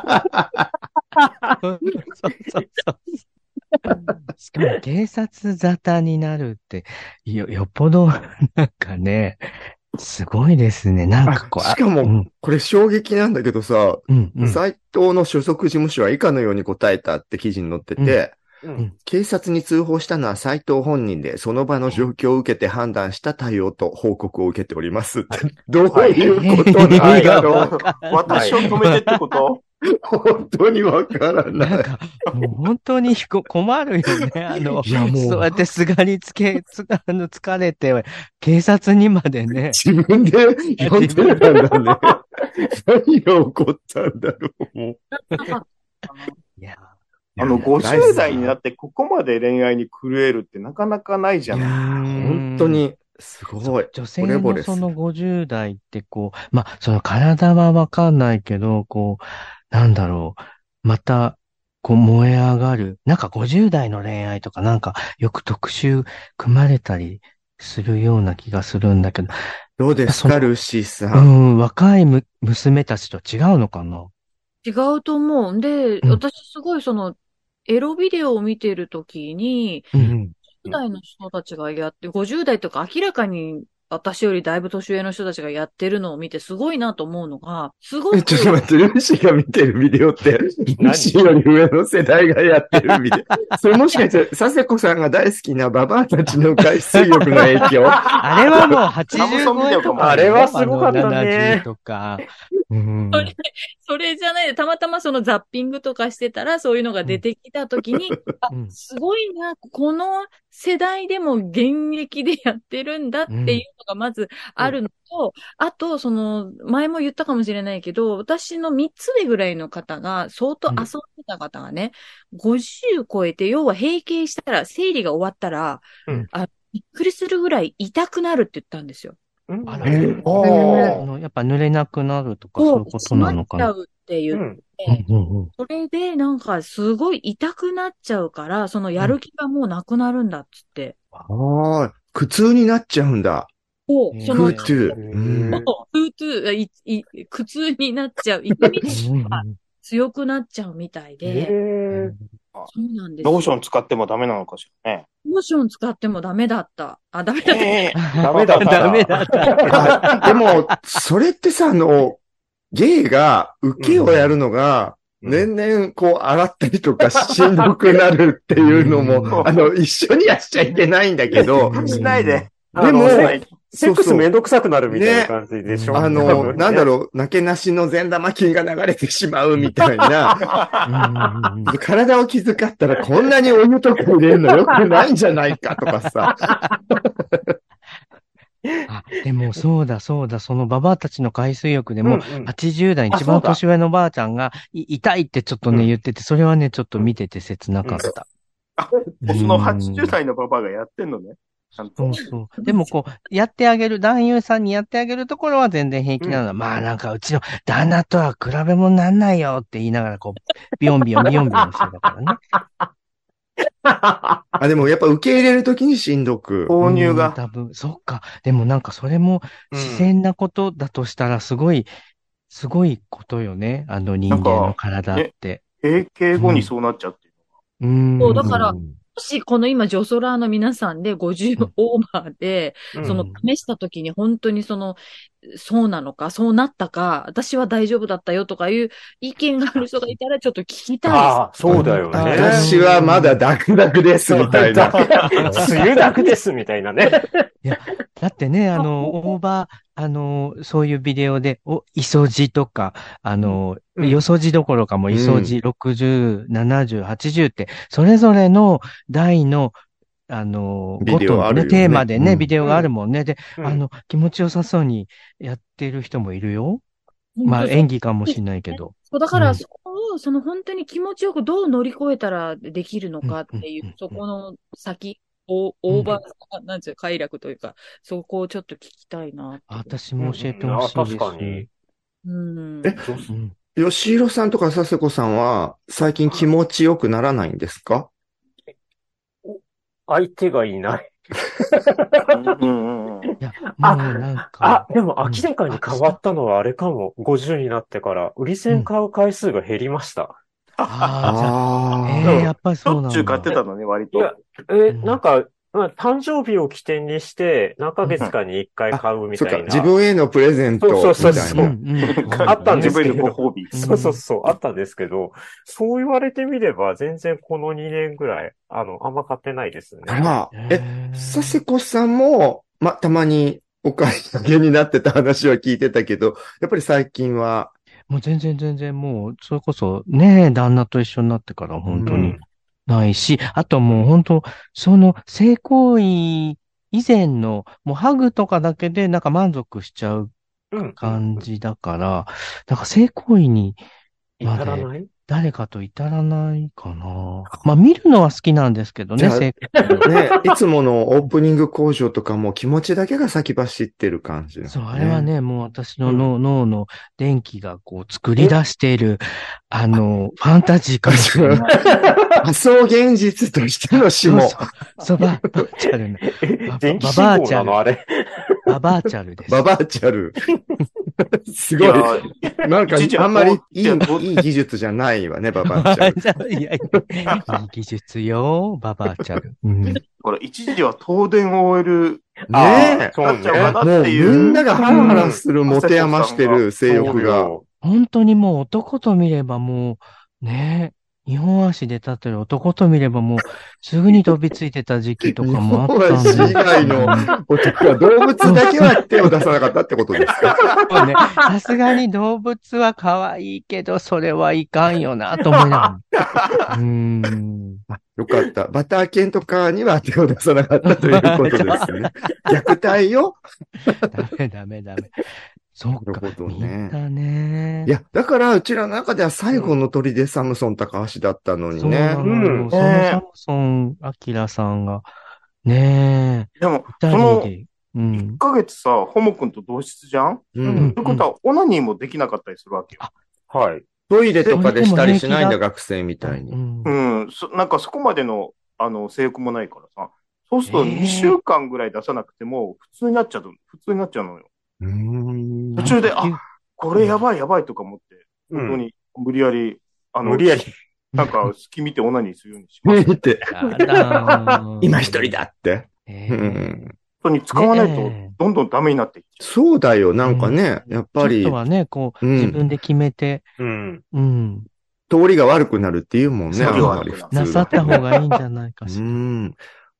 そうそうそうそう。しかも警察沙汰になるって、よ、よっぽど、なんかね、すごいですね。なんかこう、あしかもうんこれ衝撃なんだけどさ、うん、うん。斎藤の所属事務所は以下のように答えたって記事に載ってて、うん警察に通報したのは斎藤本人で、その場の状況を受けて判断した対応と報告を受けておりますって。 <laughs> どういうことはなんいだやろう私を止めてってこと本当にわからななんい。か、もう本当にこ困るよ <laughs> ね。あの、いやもうそうやってすがりつけ、つ <laughs> あの疲れて、警察にまでね。自分で読んでたんだね。何が起こったんだろう、もう。いや、あの、50代になってここまで恋愛に狂えるってなかなかないじゃいやん。ー本当に、すごい。女性惚れ惚れのするその50代ってこう、まあ、その体はわかんないけど、こう、なんだろう。また、こう燃え上がる。なんか50代の恋愛とかなんかよく特集組まれたりするような気がするんだけど。どうですそか、のルーシーうさん。ん、若いむ娘たちと違うのかな違うと思うんで、うん私すごいその、エロビデオを見てるときに、うん。 50代の人たちがやって、50代とか明らかに私よりだいぶ年上の人たちがやってるのを見てすごいなと思うのが、すごえく、ちょっと待って、ルーシーが見てるビデオって、ルーシーより上の世代がやってるビデ <laughs> オ。それもしかして、佐世子さんが大好きなババアたちの海水浴の影響あれはもうサムソンビ85デオ円かともか。あれはすごかったねあの70とか。うん。それじゃないで、たまたまそのザッピングとかしてたら、そういうのが出てきたとき <laughs> に、あうんすごいな、この世代でも現役でやってるんだっていうのがまずあるのと、あと、その、前も言ったかもしれないけど、私の3つ目ぐらいの方が、相当遊んでた方がね、50超えて、要は閉経したら、生理が終わったら、うんあびっくりするぐらい痛くなるって言ったんですよ。うんあらえーあおーのやっぱ濡れなくなるとか、そういうことなのか詰まっな。ちゃうって言うってん。うんうんうんそれで、なんか、すごい痛くなっちゃうから、そのやる気がもうなくなるんだっつって。ああ、苦痛になっちゃうんだ。おうんその苦、痛。うんうんおうつういい苦痛になっちゃ <laughs> う。痛みが強くなっちゃうみたいで。えーそうなんですよ。ローション使ってもダメなのかしらね。ローション使ってもダメだった。あ、ダメだった。ええダメだったダメだった。あでも、それってさ、あの、ゲイが受けをやるのが、年々こう洗ったりとかしんどくなるっていうのも、うんあの、一緒にはしちゃいけないんだけど、うんしないで。でもあのしないセックスそうそうめんどくさくなるみたいな感じでしょあの、なんだろろう、なけなしの善玉菌が流れてしまうみたい <laughs> な、うんうんうん体を気遣ったらこんなにお湯とか入れるの良くないんじゃないかとかさ、あでも、そうだ、そうだ、そのババアたちの海水浴でも、うんうん80代あ一番そうだ年上のばあちゃんが、い痛いってちょっとうね、ん言ってて、それはね、ちょっと見てて切なかった。その80代のパパがやってんのね。ちゃんそとう。そう。でもこう、やってあげる、男優さんにやってあげるところは全然平気なのだ。まあなんかうちの旦那とは比べ物になんないよって言いながら、こう、ビヨンビ <laughs> ヨンビヨンビヨンしてたからね。あ、でもやっぱ受け入れるときにしんどく。購入うんが。多分、そっか。でもなんかそれも、自然なことだとしたら、すごい、すごいことよね。あの人間の体って。閉経後にそうなっちゃってる。うん。そうだからんもし、この今、ジョソラーの皆さんでう50んオーバーで、うんその試した時に本当にその、そうなのか、そうなったか、私は大丈夫だったよとかいう意見がある人がいたらちょっと聞きたいです。ああ、そうだよね。私はまだダクダクですみたい <laughs> な。梅雨だくですみたいなね。だってね、あの、オーバー、あの、そういうビデオで、お、いそじとか、あうの、んよそじどころかも、うんいそじ60、70、80って、それぞれの代の、あの、ビデオごとあのるよね、ねテーマでね、うんビデオがあるもんね。で、うんあの、気持ちよさそうにやってる人もいるよ。本当まあ、そう演技かもしんないけど。そうだかうら、んそこを、その本当に気持ちよくどう乗り越えたらできるのかっていうんう、うんうんうんそこの先、オーオーバー、なんていうか快楽というか、そこをちょっと聞きたいな。あ私も教えてほしいうんあ確かにでうん。えす。うん吉弘さんとか佐世子さんは最近気持ちよくならないんですか相手がいない。うんうんうんいや、もうあなんあか、、でも明らかに変わったのはあれかも。50になってから、売り線買う回数が減りました。ああ、あじゃあ、えー、あ。やっぱりしそうょなっんちゅう買だってたのね、割と <laughs> い。やえ、なんか、まあ誕生日を起点にして、何ヶ月かに1回買うみそたっいか、な。自分へのプレゼントみたいな。そうそうそう <laughs> あったんで自すけ分どへのご褒美。そうそうそう、あったんですけど、そう言われてみれば、全然この2年ぐらい、あの、あんま買ってないですね。あら、え、え佐世子さんも、ま、たまにお買い上げになってた話は聞いてたけど、やっぱり最近は、もう全然全然もう、それこそね、旦那と一緒になってから本当うにんないし、あともう本当、その性行為以前の、もうハグとかだけでなんか満足しちゃううん。感じだから、なんか性行為に至らない誰かと至らないかな。まあ見るのは好きなんですけどじね、ゃあせい <laughs> ね、いつものオープニング工場とかも気持ちだけが先走ってる感じ、そう、あれ <laughs> は。ね、もう私の脳,、脳の電気がこう作り出している、あの、ファンタジーかもしれない。仮想現実としての死そうもそ、うそう、ば、ばあちゃるね。え <laughs> ば電気ば信ばあ号ちゃなんのあれ。ばばあちゃるです。ババアチャ <laughs> ル。すいごい。や、なんか一時、はあんまりいい、いいやどうい技術じゃないわね、バばバアばチャ <laughs> あル。ちゃる。いやいや、いい技術よ、ばばあちゃる。うんほら、一時は東電 OL ねえ。そうなっちゃうね。もかなうってみいうんながハラハラする、持て余してる性欲が。そう本当にもう男と見ればもう、ねえ、日本足で立ってる男と見ればもう、すぐに飛びついてた時期とかもあ <laughs> ったんで日本足以外の男は動物だけは手を出さなかったってことですかそうね。さすがに動物は可愛いけど、それはいかんよな、と思いなが <laughs> ら。うーん。 <laughs> よかった。バター犬とかには手を出さなかったということですね。 <laughs> 虐待よダメダメダメ。そうかなる。ほどねみんなね。いや、だから、うちらの中では最後の鳥でサムソン高橋だったのにそうなね。のよ、うんそのサムソン・アキラさんが、ねでもえ、、そ二人ので、う1ん。ヶ月さ、ホモ君と同室じゃんううんん。ということは、オナニーもできなかったりするわけよ。はい。トイレとかでしたりしないんでだ、も学生みたいに。うんうん、そなんかそこまでの、あの、性欲もないからさ。そうするとえー2週間ぐらい出さなくても、普通になっちゃう、普通になっちゃうのよ。うーん途中で、あ、これやばいやばいとか思って、うん本当に無理やり、あの、無理やり。なんか好き見てオナニーするようにしま <laughs> <laughs> す。見本て、やだー今一人。だって。えうえん当に使わないとねえ、どんどんダメになっていっちゃそうだよ、なんかね、やっぱりちょっと、はね、こうう、ん自分で決めて、うん。うん。通りが悪くなるっていうもんね、通ありんがま悪りくなる普通なさった方がいいんじゃないかうしら。ん。ま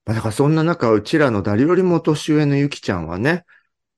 あだからそんな中、うちらの誰よりも年上のゆきちゃんはね、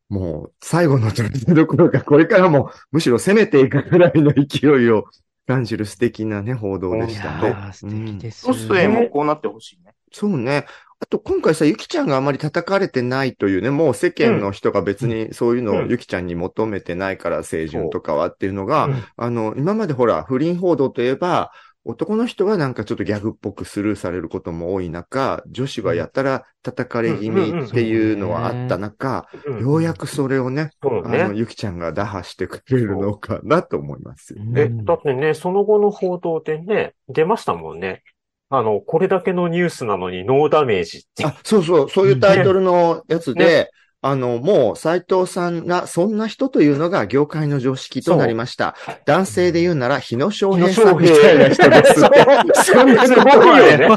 もう最後の取りどころか、これからもむしろ攻めていくぐらいの勢いを感じる素敵なね、報道でいしやたね。ー、素敵でう。す。ロスウェイもこうなってほしいね。そうね。あと今回さ、ゆきちゃんがあまり叩かれてないというね、もう世間の人が別にそういうのをうんゆきちゃんに求めてないから、清純とかはっていうのが、うんあの、今までほら、不倫報道といえば、男の人はなんかちょっとギャグっぽくスルーされることも多い中、女子はやたら叩かれ気味っていうのはあった中、うんようやくそれをね、そうあの、ね。ゆきちゃんが打破してくれるのかなと思いますよえ、ね。うんだってね、その後の報道でね、出ましたもんね。あの、これだけのニュースなのにノーダメージって。あ、そうそう、そういうタイトルのやつで、あの、もう斎藤さんが、そんな人というのが業界の常識となりました。男性で言うなら、日野翔平さんみたいな人です。 <laughs> <laughs> そんなすすごごいいよよねね。。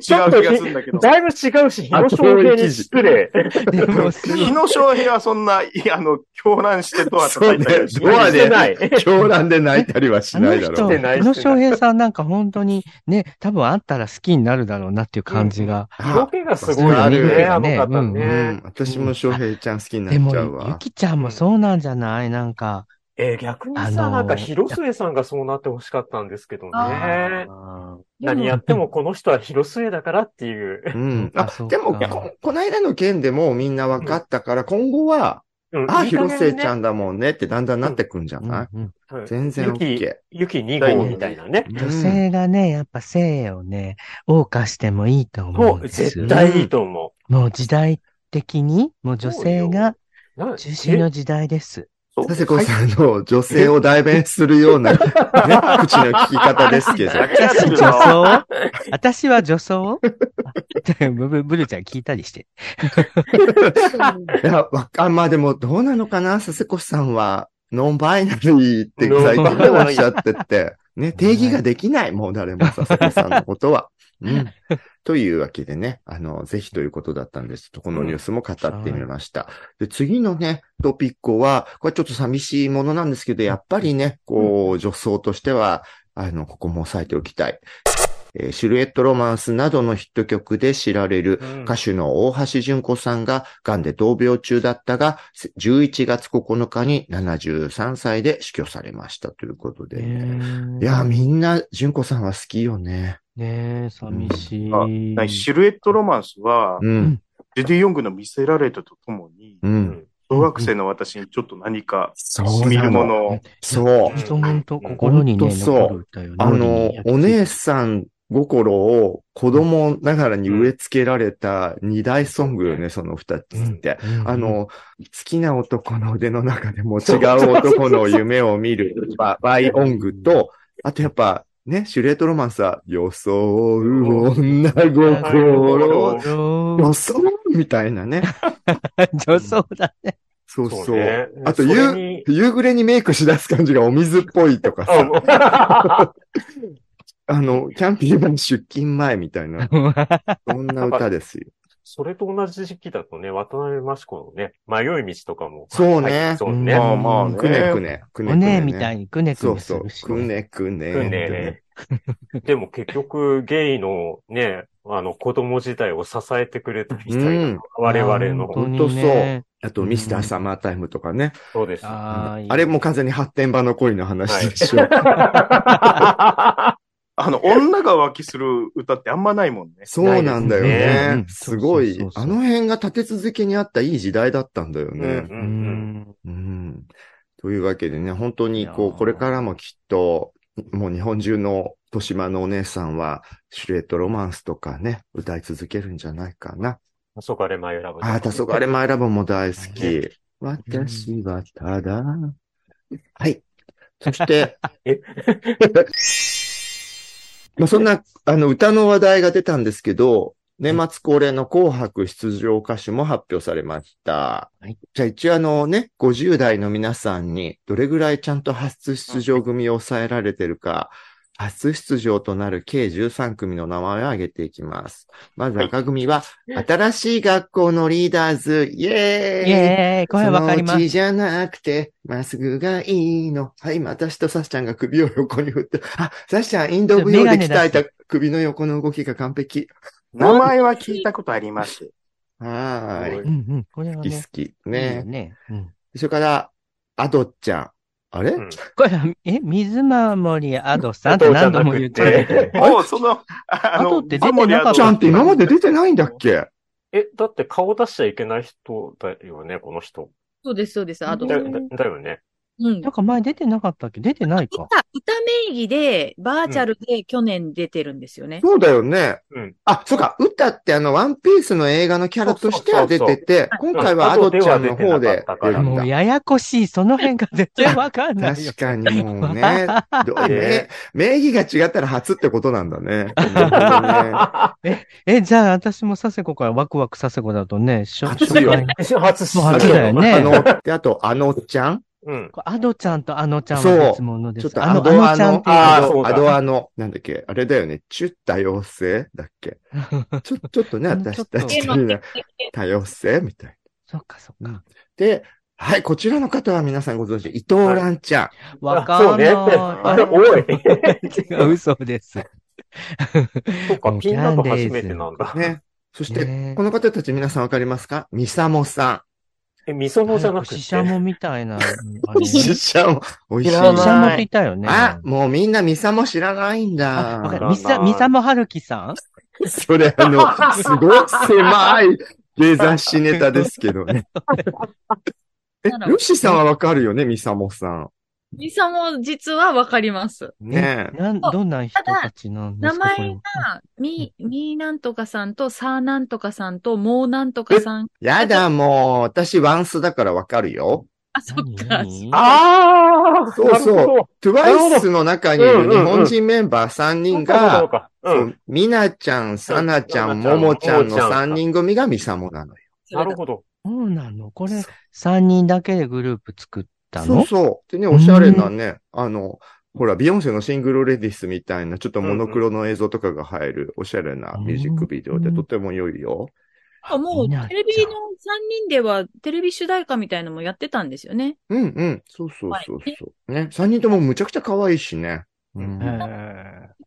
ちょっと違う気がするんだけど。だいぶ違うし、あ広小平に失礼。でも、すごい日野翔平はそんな、いやあの、狂乱してドア叩いたりしそうねドアないでしてない。狂乱で泣いたりはしあなのいだ人、ろう。ないあの翔平さんなんか本当にね、多分あったら好きになるだろうなっていう感じが。色気がすごいあよるね、あのよね方うねん。。私も翔平ちゃん好きになでっも、ちゃうゆわ。きちゃんもそうなんじゃないなんか。えー、逆にあのさ、ーなんか広末さんがそうなってほしかったんですけどね。あ何やってもこの人は広末だからっていう。うん。ああそ、うかでも、こ、この間の件でもうみんな分かったから、今後は、うんあ、いい加減広ね末ちゃんだもんねってだんだんなってくんじゃーないうんうんうん全然ゆき OK。ゆき2号みたいなね。女性がね、やっぱ性をね、謳歌してもいいと思もうんうです。絶対いいと思もう時代的に、もう女性がう。な中心の時代です。そう佐世子さんの女性を代弁するよう <laughs> な、ね、口の聞き方ですけど。私女装私は女装ブブブルちゃん聞いたりして。いや、わかん、まあでもどうなのかな佐世子さんは、ノンバイナリーって最近でおっしゃってて、 <laughs> ね、定義ができない、もう誰も佐世子さんのことは。うん。 <laughs> というわけでね、あの、ぜひということだったんです。このニュースも語ってみました。で、次のね、トピックは、これちょっと寂しいものなんですけど、やっぱりね、こう、女装としては、あの、ここも押さえておきたい。えーシルエットロマンスなどのヒット曲で知られるうん歌手の大橋純子さんが癌で闘病中だったが、11月9日に73歳で死去されましたということで、ね。いや、みんな純子さんは好きよね。ねえ、寂しあい。シルエットロマンスはう、ん。ジュディ・ヨングの見せられたとともに、うん。小学生の私にちょっと何 <laughs> かそ染みるものを。そう。人本当心にほんね、とそう残る歌よね。あ脳裏のに焼、おき付いて姉さん心を子供ながらに植え付けられた二大ソングよね、その二つって。うんあ、の、好きな男の腕の中でも違う男の夢を見る、ババイオングと、あとやっぱ、ね、シュレートロマンスは、装う女心心、女装うみたいなね。装だね。そうそうそう。ねあと、それ夕に、夕暮れにメイクしだす感じがお水っぽいとかさ、ああの、キャンピングの出勤前みたいな、そんな歌ですよ。 <laughs> それと同じ時期だとね、渡辺益子のね、迷い道とかも。そうね <laughs> はいそうね。まあまあうんね。くねくね、くねおくねね。姉みたいにくねくそねうすそうるし。、くねくね。くねでも結局、ゲイのね、あの、子供時代を支えてくれた人うがん、我々の、本当にね。あと、ミスターサマータイムとかね。そうです。あーあれも完全に発展場の恋の話でしょ。あの、女が浮気する歌ってあんまないもん <laughs> ね。そうなんだよね。ねすごいうんそうそう、そうあの辺が立て続けにあったいい時代だったんだようね。うんん。うん。というわけでね、本当にいこやう、ーこれからもきっと、もう日本中の豊島のお姉さんは、シュレットロマンスとかね、歌い続けるんじゃないかな。そこあれマイラブ。ああ、たそがれマイラブも大好き。ん私はただ。はい。そして、 <laughs> え <laughs> まあそんな、あの、歌の話題が出たんですけど、年末恒例の紅白出場歌手も発表されました。はいじゃあ一応あのね、50代の皆さんに、どれぐらいちゃんと初出場組を抑えられてるか、初出場となる計13組の名前を挙げていきます。まず赤組は、新しい学校のリーダーズ、イエーイイエーイ、これわかりまそのうすち。じゃなくて、まっすぐがいいの。はい、今私とサシちゃんが首を横に振って、あ、サシちゃん、インド舞踊で鍛えた首の横の動きが完璧。名前は聞いたことあります。はーい。うんうん。これは好きね好。き。いいよね。ね。うん。それから、アドちゃん。あれんこれは、え、水守りアドさんって何度も言ってるけど。もうその、ああとって出てなかアドっちたゃんって今まで出てないんだっけえ、だって顔出しちゃいけない人だよね、この人。そうです、そうです。あと、だうだん。だよね。歌なんか前出てなかったっけ出てないか。歌名義で、バーチャルで去年出てるんですよね。そうだよね。うんあ、そうか。歌ってあの、ワンピースの映画のキャラとしては出てて、今回はアドちゃんの方で出るんもだう。ややこしい。その辺が絶対わかんないよ確。かにもうね。どうねね名義が違ったら初ってことなんだ <laughs> ね。 <laughs> え、じゃあ私も佐世子からワクワク佐世子だとね、しょ初初よ回初もう初だよあね。の、で、あと、あのちゃんうん。アドちゃんとあのちゃんそうは別物でちょっす。とあアの、ドああのちゃんっての、いうああのそうだアドあの、なんだっけ、あれだよね、チュッ多様性だっけ。ちょ、ちょっとね、うんちょ私っとたちのね多様性みたいな。 <laughs> そっかそっか。で、はい、こちらの方は皆さんご存知、伊藤蘭ちゃん。わかんない。あれ、おい。 <laughs> 違う、嘘です。そっか、ピンだと初めてなんだ。ね。そしてね、この方たち皆さんわかりますかミサモさえ、みそもじゃなくて。シシャモみたいな。あ <laughs> ん。れシシシャモ、美味しいね。シャモっていたよね。あ、もうみんなミサモ知らないんあわかだ。るミサ、ミサモハルキさんそれあの、すごい狭い芸雑誌ネタですけど <laughs> ね。え、ヨッシーさんはわかるよね、ミサモさん。ミサも実はわかります。ねえ。なん、どんな人たちなんですか名前これはあみ、みなんとかさんと、さーなんとかさんと、もうなんとかさん。やだ、もう、私ワンスだからわかるよ。あ、そっか。何ああそうそうトゥワイスの中にいる日本人メンバー3人が、、うそん。うミナちゃん、サナちゃん、うんモモちゃんのモモちゃん3人組がミサモなのよ。なるほど。そうなのこれ、三人だけでグループ作ったそうのそう。でね、おしゃれなね、あの、ほら、ビヨンセのシングルレディスみたいな、ちょっとモノクロの映像とかが入る、おしゃれなミュージックビデオで、うんとても良いよ。あもう、いないテレビの3人では、テレビ主題歌みたいのもやってたんですよね。うんうん。そうそうそうそう。ね、3人ともむちゃくちゃ可愛いしね。うん。へうーだ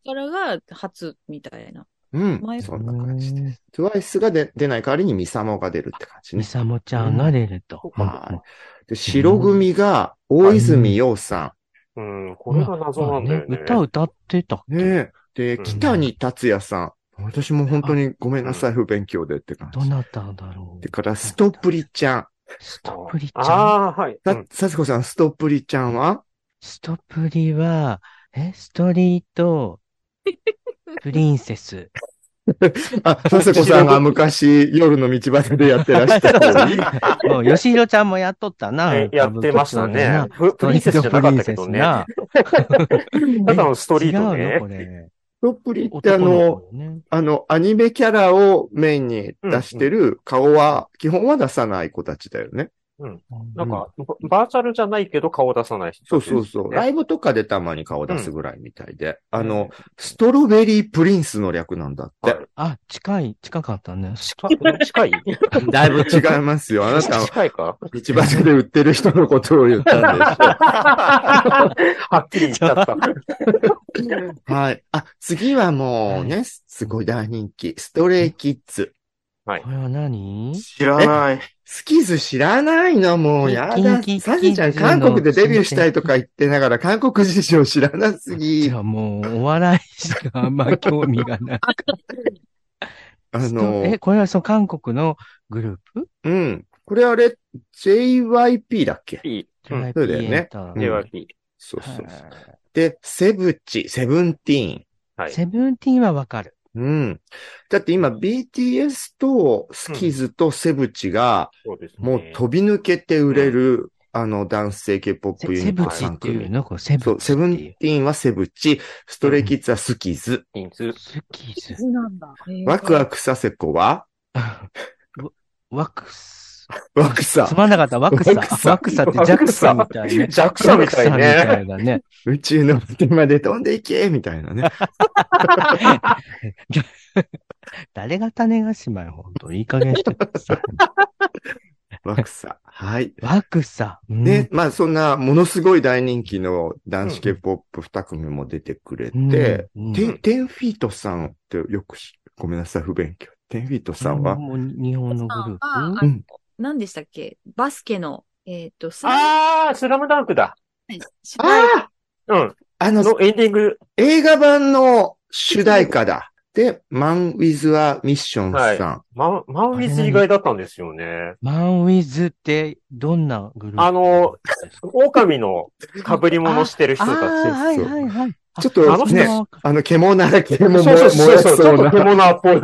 からが初みたいな。ん、そんな感じです。TWICE がで出ない代わりにミサモが出るって感じみね。さもちゃんが出ると。はいで、白組が大泉洋さうん、これが謎なんだよね。歌歌ってたっん。け、ねで、うん北に達也さん。私も本当にごめんなさい、不勉強でって感じど。なただろうでから、ストプリちゃん。ストプリちゃんああ、はい。うさん、さつこさん、ストップリちゃんはストプリは、え、ストリート、プリンセ <laughs> ス。あ、さつこさんが昔、夜の道端でやってらした。 <laughs> もう、よしひろちゃんもやっとったな。えやってましたね歌プ舞伎町でな。スプトリリンセスじーゃトなプかリったけンセスどね。な。ただのストリート違うねのこ。れ。ストップリってあの、男の子ねあの、アニメキャラをメインに出してる顔は、基本は出さない子たちだよね。なんか、ババーチャルじゃないけど顔出さない人そたうちですそようねそう。ライブとかでたまに顔出すぐらいみたいで。あの、ストロベリープリンスの略なんだって。あ、近い、近かったね。近近い <laughs> だいぶ違いますよ。あなたは近いか道端で売ってる人のことを言ったんではっきり言っちゃった。す。 <laughs> はい。あ、次はもうね、すごい大人気。ストレイキッズ。これは何知らない。スキズ知らないのもうやキンだキン。キンサジちゃんキンキン韓の国でデビューしたいとか言ってながら、韓国事情知らなすぎじ。ゃあもう、お笑いしかあんま興味がない。あの、え、これはその韓国のグループうん。これあれ、JYP だっけいい。うん ?JYP そうだよねエンターうんはい JYP。そうそうそう。で、セブチ、セブンティーン。はい。セブンティーンはわかる。うん。だって今 BTS とスキズとセブチがそうですねもう飛び抜けて売れる、あの男性 K-POP セユセニッブトチ3っていう組。のこうセそブう、チセっブンていうテ。ィーンはセブチ、ストレイキッズはスキズ、人数。スキズ。なんだ。ワクワクサセコはワクス。ワクサす。まんなかった。ワクワクササ。ワクサってジャクサみたいね。ジャクサみたいワクサみたね。いだね。宇宙の手まで飛んでいけみたいな <laughs> ね。誰が種子島よ、本当に。いい加減してください。ワクサ。はい。ワクサ。うんで、まあそんなものすごい大人気の男子 K-POP2 組も出てくれて、うんテうんンテンフィートさんってよくし、ごめんなさい、不勉強。テンフィートさんは、もう日本のグルあーあプうん何でしたっけバスケの、えっ、と、スラあー、スラムダンクだ。ムスラムああうん。あの、のエンディング。映画版の主題歌だ。で、マン・ウィズ・ア・ミッションさん。マン、マンウィズ以外だったんですよね。マンウィズってどんなグループあの、狼の被り物してる人あたち。ーはいそうはいはい。ちょっあとの人ね、はあの、獣な、そ獣うそ燃うえそ燃うえそう。ちそょうっとな。獣っぽい。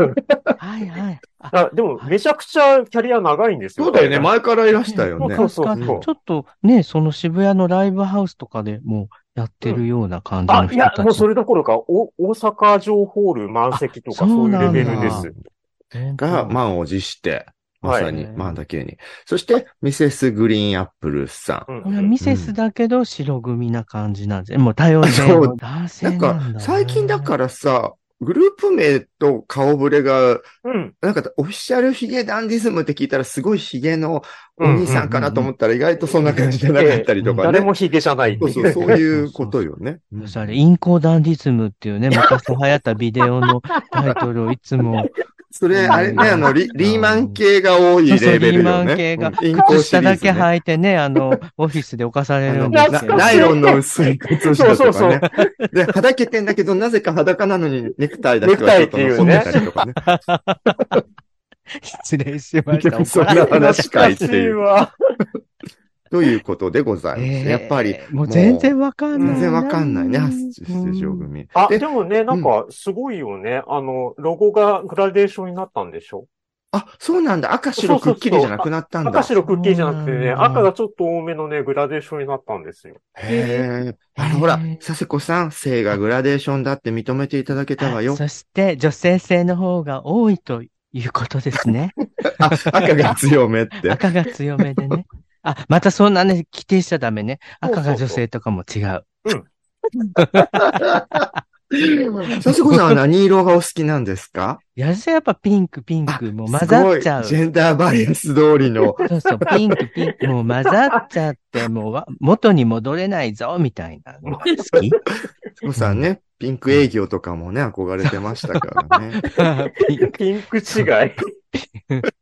はいはい。ああでも、めちゃくちゃキャリア長いんですよ。そうだよね、彼ら前からいらしたよねそ。う確そうか、そうちょっとね、その渋谷のライブハウスとかでもやってるような感じのあ、い人やた、ち。もうそれどころか、お大阪城ホール満席とかあそういうレベそうルなんでだす。本当が、満を持して、まさに、はい満だけに。そして、ミセス・グリーン・アップルさうこれはん。ミセスだけど白組な感じなんですね。もう多様性そのう男ん。な性んなんか、だ、最近だからさ、グループ名と顔ぶれが、うん。なんか、オフィシャルヒゲダンディズムって聞いたら、すごいヒゲのお兄さんかなと思ったら、意外とそんな感じじゃなかったりとか誰ね。もヒゲじゃないってそいうう。そう、そういうことよね。うん私あれ、インコーダンディズムっていうね、昔流行ったビデオのタイトルをいつも、それ、あれね、あの、リリーマン系が多いレベルよね。リーマン系がうんインコ靴シ下リーだズねけ履いてね、あの、オフィスで犯されあるのんですなけど。懐かナしイいロンの薄い靴下そとうかそうね。で、裸けてんだけど、なぜか裸なのにネクタイだけネクタイってちいょっとう残ねってたりとかね。失礼しました。 <laughs> そんな話かいっていう。ということでございます。えーやっぱり、もう全然わかんない。全然わかんないね、う発ん出出場組。あ、ででもね、なんか、すごいよね。あの、ロゴがグラデーションになったんでしょあ、そうなんだ。赤白くっきりじゃなくなったんだ。赤白くっきりじゃなくてね、そうなんだ赤がちょっと多めのね、グラデーションになったんですよ。へえ。あへの、ーほら、佐世子さん、性がグラデーションだって認めていただけたわよ。そして、女性性の方が多いということです <laughs> ね。あ、赤が強めって。赤が強めで <laughs> ね。あ、またそんなね、規定しちゃダメね。赤が女性とかも違う。佐世子さんは何色がお好きなんですかやじやっぱピンク、ピンク、もう混すざごっいちゃう。ジェンダーバイアス通りの。そうそう、ピンク、ピンク、もう混ざっちゃって、もうわ元に戻れないぞ、みたいなのが好 <laughs> き。佐世子さんね、ピンク営業とかもね、憧れてましたから <laughs> ね。ピンピンク違い。ク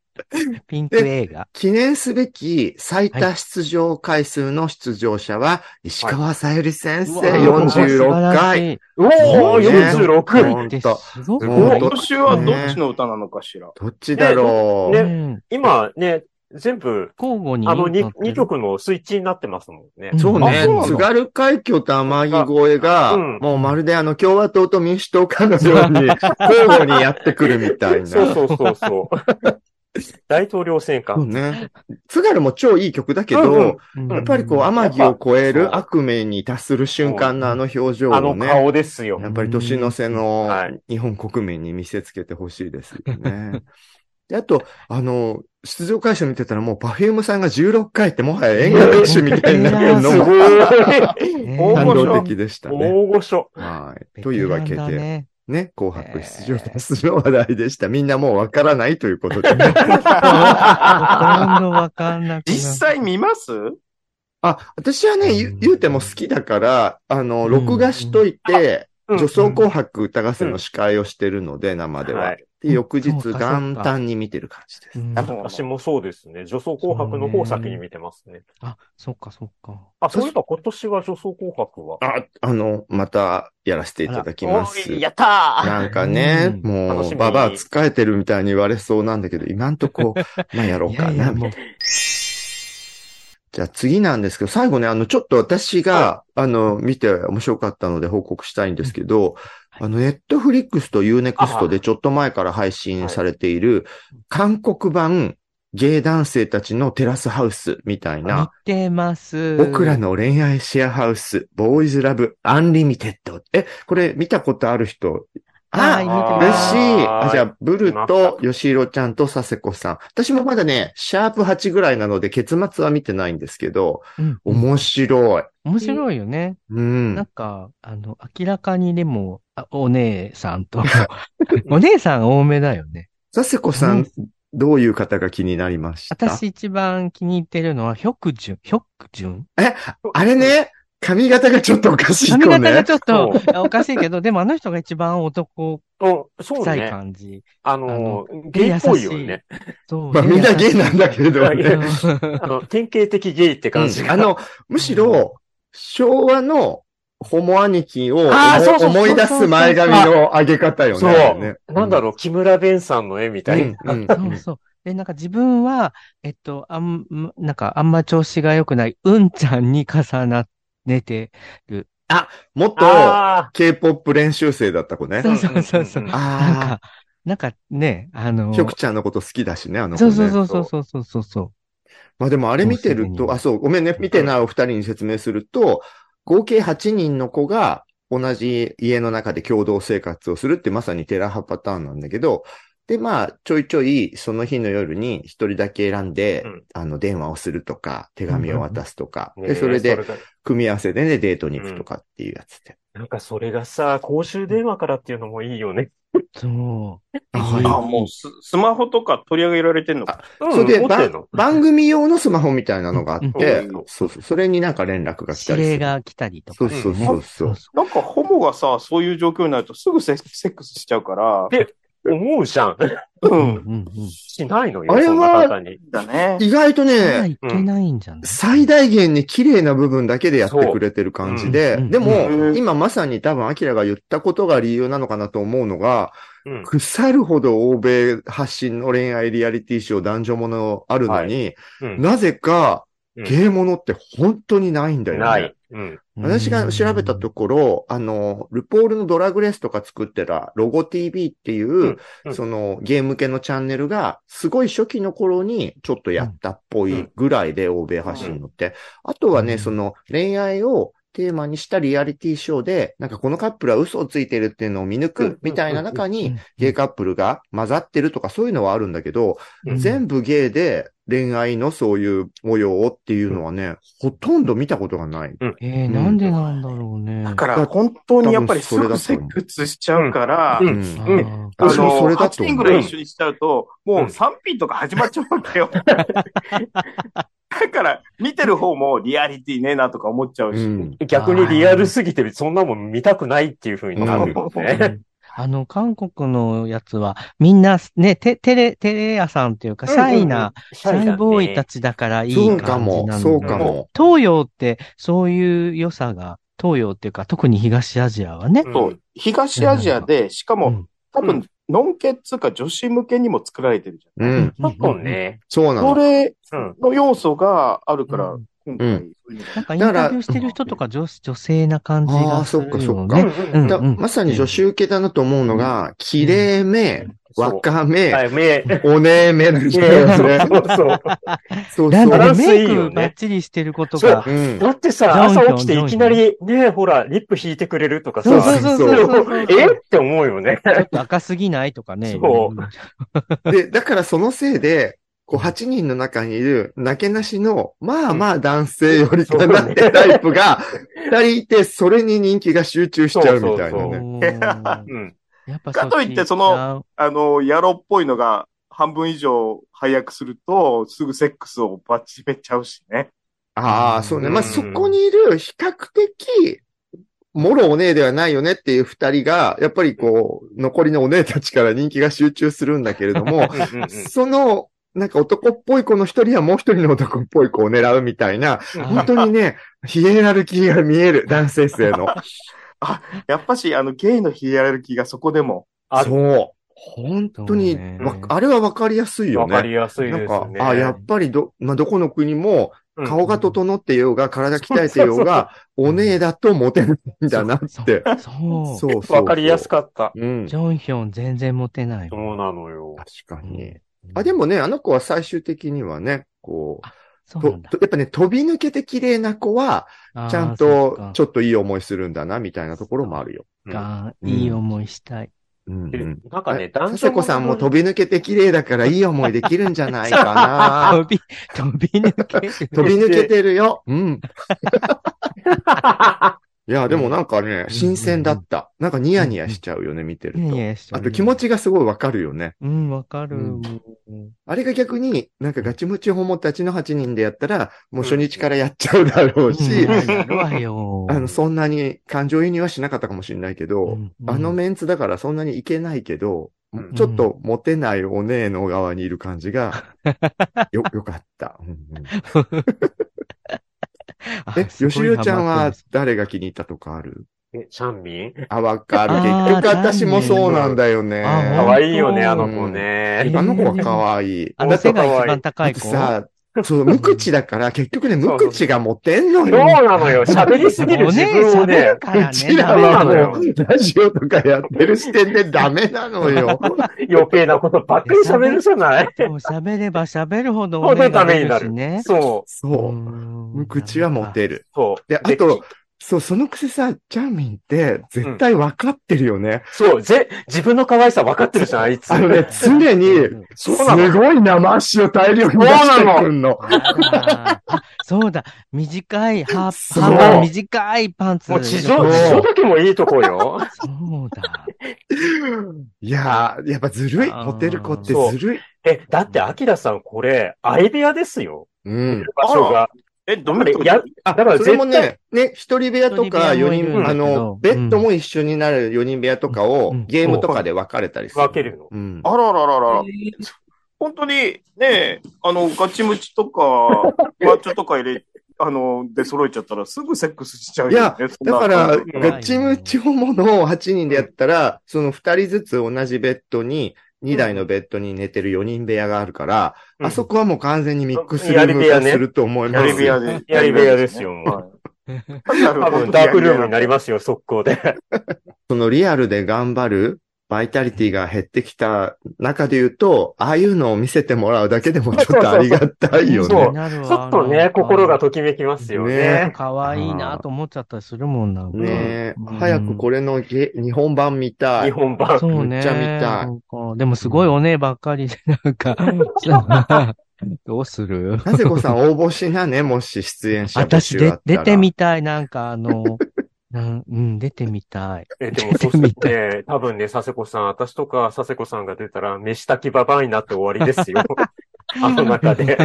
ピンク映画。記念すべき最多出場回数の出場者は、石川さゆり先生うわ46回。。おもおうね46素晴らしいも回うこれってすごくううなんいど今年はどっちの歌なのかしら。どっちだろう。ねうん今ね、全部、交互にあの 2, 二2曲のスイッチになってますもんね。そうあねそうな。の津軽海峡と天城越えが、うんもうまるであの共和党と民主党かのよ <laughs> うに、交互にやってくるみたいな。そうそうそうそう。 <laughs> 大統領選かそ。うね。津軽も超いい曲だけど、うんうんやっぱりこう、天城を超えやっるぱ悪名に達する瞬間のあの表情あをのね、顔ですよ。やっぱり年の瀬うんのはい日本国民に見せつけてほしいですよね。 <laughs> であと、あの、出場回数見てたらもうパフュームさんが16回ってもはや演歌歌手みたいになってるのすもごいね大感御動所的でしたね。 <laughs> 大御所。はい。んというわけベテランだで、 <laughs> ねね、紅白出場回数の話題でした。みんなもうわからないということ <laughs> で。ほとんどわかんなくなる実際見ますあ、私はね、ゆうん言うても好きだから、あの、うん録画しといて、うん女装紅白歌合戦の司会をしてるので、生でははい。で、翌日そうかそうか元旦に見てる感じです。うんあの私もそうですね。女装紅白の方を先に見てますね。あ、そっかそっか。あ、そういえば今年は女装紅白は。あ、あの、またやらせていただきます。おいやったーなんかね、うんも楽しう、みババア疲れてるみたいに言われそうなんだけど、今んと <laughs> こ、まあやろうかいやいな、やみたいもうな。じゃあ次なんですけど、最後ね、あの、ちょっと私が、あの、見て面白かったので報告したいんですけど、はいあの、ネットフリックスと UNEXT あでちょっと前から配信されている、韓国版ゲイ男性たちのテラスハウスみたい見な、てます。僕らの恋愛シェアハウス、ボーイズラブ、アンリミテッド。え、これ見たことある人はい、見てあ嬉ます。しい。あ、じゃあ、ブルまと、ヨシイロちゃんと、佐世子さん。私もまだね、シャープ8ぐらいなので、結末は見てないんですけど、うん面白い。面白いよね。うんなん。か、あの、明らかにでも、あお姉さ <laughs> んと、お姉さん多めだよね。佐世子さうんん、どういう方が気になりました私一番気に入ってるのは、ヒョクジュン、ヒョクジュンあれね、髪型がちょっとおかしい子ね。髪型がちょっとそおかしいけど、でもあの人が一番男うん、そう臭いね。感じ。ああのの、ゲイっぽいよね。そうまあ、みんなゲイなんだけれどいやね。いあの、典型的ゲイって感じうんが。あの、むしろ、昭和のホモ兄貴をあーそうそう思い出す前髪の上げ方よね。そうあれねなんだろう、木村弁さんの絵みたいな。うんうんそうそう。で、なんか自分は、えっと、あん、んなんかあんま調子が良くない、うんちゃんに重なってて、もっと、あ K-POP 練習生だった子ねー。そうそうそうそう。んんんなんあか、なんかね、あのあ、、ひょくちゃんのこと好きだしね、あの子そね。うそうそうそうそうそうそうそう。まあでもあれ見てるもうすでと、にあ、そう、ごめんね、見てないお二人に説明すると、合計8人の子が同じ家の中で共同生活をするってまさにテラハパターンなんだけど、で、まあ、ちょいちょい、その日の夜に一人だけ選んで、うんあの、電話をするとか、手紙を渡すとか、ねえで、それで、が組み合わせでね、デートに行くとかっていうやつで。なんかそれがさ、公衆電話からっていうのもいいよね。そう。はいあ、もうススマホとか取り上げられてんのか。うんそれで持ってんの番組用のスマホみたいなのがあって、うんそうそう、それになんか連絡が来たり指す令る。が来たりとそかうね。そうそうそう。なんかホモがさ、そういう状況になるとすぐセセックスしちゃうから。で思うじゃん。ううんうんん。うん。しないのよ、あれはそんな方に。だね。意外とまだね、いけないんじゃない最大限に綺麗な部分だけでやってくれてる感じで、そううんでも、うん今まさに多分アキラが言ったことが理由なのかなと思うのが、うん。腐るほど欧米発信の恋愛リアリティショー男女ものあるのに、うんなぜか、うんゲイものって本当にないんだよね。ない。うん。私が調べたところ、あの、ルポールのドラグレースとか作ってたロゴ TV っていう、うんうんそのゲーム系のチャンネルが、すごい初期の頃にちょっとやったっぽいぐらいで、欧米発信のって。あとはうね、んその恋愛をテーマにしたリアリティショーで、なんかこのカップルは嘘をついてるっていうのを見抜うんくみたいな中うんうにん、ゲイカップルが混ざってるとかそういうのはあるんだけど、うん全部ゲイで恋愛のそういう模様をっていうのはね、ほとんど見たことがない。えー、なんでなんだろうね。だかだら本当にやっぱり多す分ぐそセれだと思ッうクスしちゃうから、うんうあんーあ私もその、れだと8思う人ぐらい一緒にしちゃうと、もううん3品とか始まっちゃうわけよ。だから、見てる方もリアリティねえなとか思っちゃううし。ん。逆にリアルすぎて、そんなもん見たくないっていう風になるようね。ん <laughs> あの、韓国のやつは、みんな、ね、テ、テレ、テレ屋さんっていう <laughs> か、シャイな、シシャイボーイたち。ちだからいいそう感じかなんだも、そうかも。東洋って、そういう良さが、東洋っていうか、特に東アジアはね。うんそう東アジアで、しかうもん、多う分、ノンケっつうか女子向けにも作られてるじゃん。うん。ちょっと。ね。そうなその。れうん。の要素があるから、うん今回、うんそういうのなんがかインタビューしてる人とか女女性な感じあーがすそるっよかね。そっかうんだうんうんまさに女子受けだなと思うのが、綺麗め、そう若め、は <laughs> い、目。おねめなんだそうよね。そうそう。そうなんそかバラう。ンスね、いいメイよクねバッチリしてることそうが。うん。だってさ、ジョンヒョ朝ン起きていきなり、ねえ、ほら、リップ引いてくれるとかさ、そうそうそうそうそうそう。え <laughs> って思うよね。ちょっと赤すぎないとかね。そうで、だからそのせいで、こう8人の中にいる、なけなしの、まあまあ男性よりかなってタイプが、2人いて、それに人気が集中しちゃうみたいなそうそうね。おーうん。やっぱかといってその、あの、野郎っぽいのが半分以上配役すると、すぐセックスをバッチめちゃうしね。ああ、そうね。うんまあそこにいる比較的、もろお姉ではないよねっていう2人が、やっぱりこう、残りのお姉たちから人気が集中するんだけれども、うんうんうんその、なんか男っぽい子の一人はもう一人の男っぽい子を狙うみたいな、本当にね、ヒエラルキーが見える、男性性の。やっぱし、あの、ゲイのヒエラルキーがそこでも、 <laughs> あそう。本当に、そうねわあれはわかりやすいよわね。かりやすいなんですか、ね。あ、やっぱりど、まあ、どこの国も、うん顔が整ってようが、体鍛えてようが、お姉だとモテないんだなって。そう。そそううそうそう。わかりやすかった。うん。ジ確ョンヒョン全然モテないそ。うなのよ。かに。あ、でもね、あの子は最終的にはね、こ、そううとなんだとやっぱね、飛び抜けて綺麗な子は、あーちゃんそっとか、ちょっといい思いするんだな、みたいなところもあるよ。か、うんいい思いしたい。うんうでん。なんかね、あ男佐女世子さんも飛び抜けて綺麗だからいい思いできるんじゃないかな。<laughs> <laughs> 飛び、飛び抜ける。飛び抜けてるよ。 <laughs> うん。いや、でもなんかね、新鮮だった。なんかニヤニヤしちゃうよね、見てるいやいと。やしちゃうあと気持。ちがすごいわかるよね。うん、わかる。うんもうあれが逆に、なんかガチムチホモたちの8人でやったら、もう初日からやっちゃうだろうし、うんやるわよ。あの、そんなに感情移入はしなかったかもしれないけど、うんあのメンツだからそんなにいけないけど、うんちょっとモテないお姉の側にいる感じが、 <laughs> よ、よかった。うんうんあえ、すごよいしりょちゃんハマはってます誰が気に入ったとかあるえ、チャンミンあ、わかるあ。ー結局私もそうなんだよね。あかほんわいいよね、あの子ね。あの子は可愛い。だあのって背が一番高だっいて子。さ、そう、無口だから、結 <laughs> 局ね、そうそ無う口がモテんのそうよ。なのよ。喋りす <laughs> ぎるお自姉分を喋ねる。からうちね。らダメはなのもよ。う、ラジオとかやってる視点でダメなのよ。余計なことばっかり喋るじゃないでも喋れば喋るほどほおど姉たがめ出になるしるね。。そ <laughs> そう。無無口はモテる。う、そう。で、あと、そう、そのくせさ、チャーミンって絶対分かってるよね。そう、ぜ、自分の可愛さ分かってるじゃん、あいつ。あのね、常に、そすうなの。ごい生足を大量に出してくんの。あーあそうだ。短い、ハーそうパハーパ短いパンツ。もう地そ上、う地上だけもいいとこよ。そうだ。いやー、やっぱずるい。あーモテる子ってずるい。 <laughs> え、だって、アキラさん、これ、相部屋ですよ。うん。場所が。え、どあれ、や、だからそれも絶対、ね、ね、一人部屋とか、四一人部屋もいるんだけど人、あの、うんベッドも一緒になる四人部屋とかをう、んゲームとかで分かれたりする。分けるの。うん。あらららら。えー本当にねえ、あの、ガチムチと <laughs> か、マッチョとか入れ、あの、で揃えちゃったらすぐセックスしちゃうよね。そんなだから、うんガッチムチホモの8人でやったら、その2人ずつ同じベッドに、2台のベッドに寝てる4人部屋があるから、うんあそこはもう完全にミックスルやーり部ム屋化ねすると思いやまり部す。屋で。やり部屋ですよはいなる多ほど分、ダークルームになりますよ、速攻で。そのリアルで頑張る、バイタリティが減ってきた中で言うと、ああいうのを見せてもらうだけでもちょっとありがたいよそうね。ちょっとね、心がときめきますよね。かわいいなと思っちゃったりするもんなんか。ねえうん、早くこれのゲ日本版見た日い。本版。そうめね。っちゃ見たいなんかでもすごいお姉ばっかりで、 <laughs> な <laughs> んか、どうするなぜこさん応募しなね、もし出演者募私集あっ、でた出ら。てみたい。なんかあの、なんうん、出てみたい。え、 <laughs> でも、そしてね、多分ね、佐世子さん、私とか佐世子さんが出たら、飯炊きババアになって終わりです <laughs> よ。あの中で。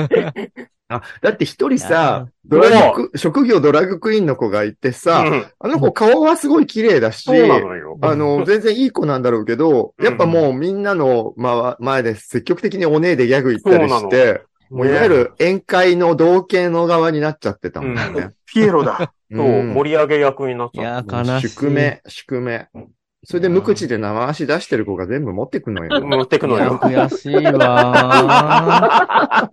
あ、だって一人いやさ、ドラッグク、職業ドラッグクイーンの子がいてさ、うんあの子顔はすごい綺麗だし、そうなのよ。あの、全然いい子なんだろうけど、やっぱもうみんなのま前で積極的にお姉でギャグ言ったりそうなのして、もういわゆる宴会の同型の側になっちゃってたもんね。ピエロだ。そう、ん盛り上げ役になっいちゃっやた。ー、悲しい。宿命、宿命。それで無口で生足出してる子が全部持ってくのよ。持ってくのよ。悔しい <laughs> わ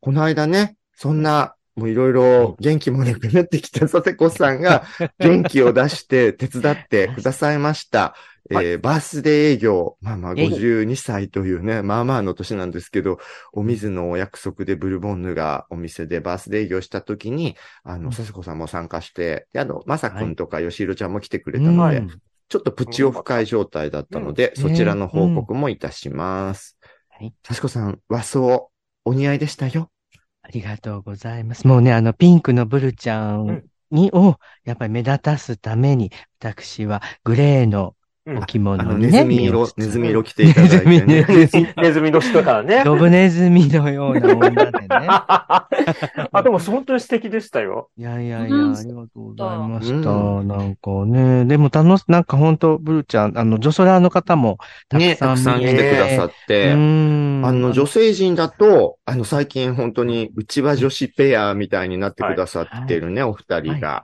この間ね、そんな、もういろいろ元気もなくなってきた <laughs> 佐世子さん <laughs> が元気を出して手伝ってくださいました。えーバースデー営業、まあまあえい52歳というね、まあまあの年なんですけど、お水のお約束でブルボンヌがお店でバースデー営業した時に、あうの、ん佐世子さんも参加して、であの、まさくはんいとかよしひろちゃんも来てくー。れたので、うんちょっとプチオフ会状態だったので、うんそちらの報告もいたします。はい幸子さん、和装、お似合いでしたよ。ありがとうございます。もうね、あの、ピンクのブルちゃんに、を、やっぱり目立たすために、私はグレーのお着あ物の、にネね。ズミ身を色包、ネむズミ色着ていただい <laughs> て <laughs> ねネズ。ミネズミ <laughs> ネズミの人からね。 <laughs> ドブネズミのような <laughs> 女でね。あ、でも本当に素敵でしたよ。いやいやいうんや、ありがとうございました。うなんかね、でも楽し、なんか本当ブルーちゃん、あの、女装ラーの方もたね、くたさんくさん見来てくださっうて。ん。あの、女性陣だと、あの、最近本当に、うちは女子ペアみたいになってくださってるね、お二人が。リはい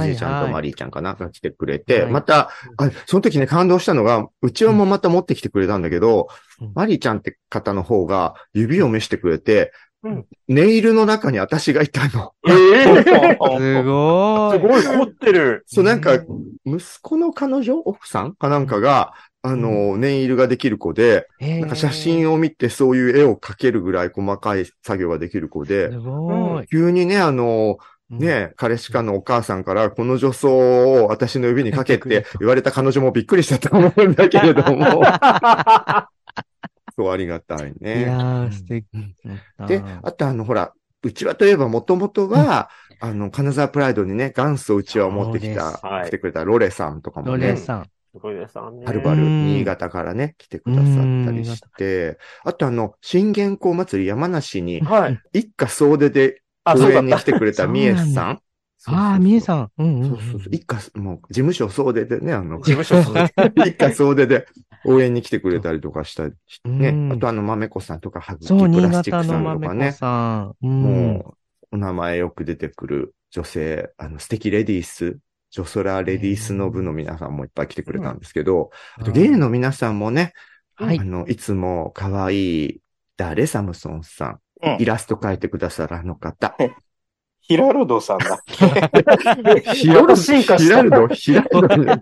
ゼちゃんとマはいリーちゃんかなが来てくれて、はいまた、あその時ね、感動したのが、うちわもまた持ってきてくれたんだけど、うんマリーちゃんって方の方が指を見せてくれて、うんネイルの中に私がいたの。ええすすごい。ごい凝ってる。そう、なんかう、息子の彼女奥さんかなんかが、あの、ネイルができる子で、えーなんか写真を見てそういう絵を描けるぐらい細かい作業ができる子で、すごい。急にね、あの、うんね、彼氏かのお母さんから、この女装を私の指にかけって言われた彼女もびっくりしたと思うんだけれど <laughs> も、そうありがたいいやね。ー、素敵だった。で、あとあの、ほら、うちわといえばもともとは、あの、金沢プライドにね、元祖うちわを持ってきそうたです、はい来てくれたロレさんとかもロねレ、さん。すごいですあのね。はるばる、うん新潟からね、来てくださったりして、あとあの、新元公祭り山梨に、はい。一家総出であ、応そうだ援っにた来。てくれた三重そうさ。なんああ、みえさん。うんんうんそうそうそう。一家、もう、事務所総出でね、あの、 <laughs> 事務所そう一家総出で応援に来てくれたりとかしたりしてうね。んあとあの、豆子さんとか、はぐきそう、プ新ラスチッ潟クさのんと豆か子ね。さん。うん。もう、お名前よく出てくる女性、あの、素敵レディース、ジョソラレディースの部の皆さんもいっぱい来てくれたんですけど、あとゲイの皆さんもね、はいあ。の、いつも可愛い、ダレサムソンさ、うんイん。ラスト描いてくださるあの <laughs> 方。ヒラルドさんだ。 <laughs> ヒラルド、進化しヒたラルド、ヒラ <laughs> ルド。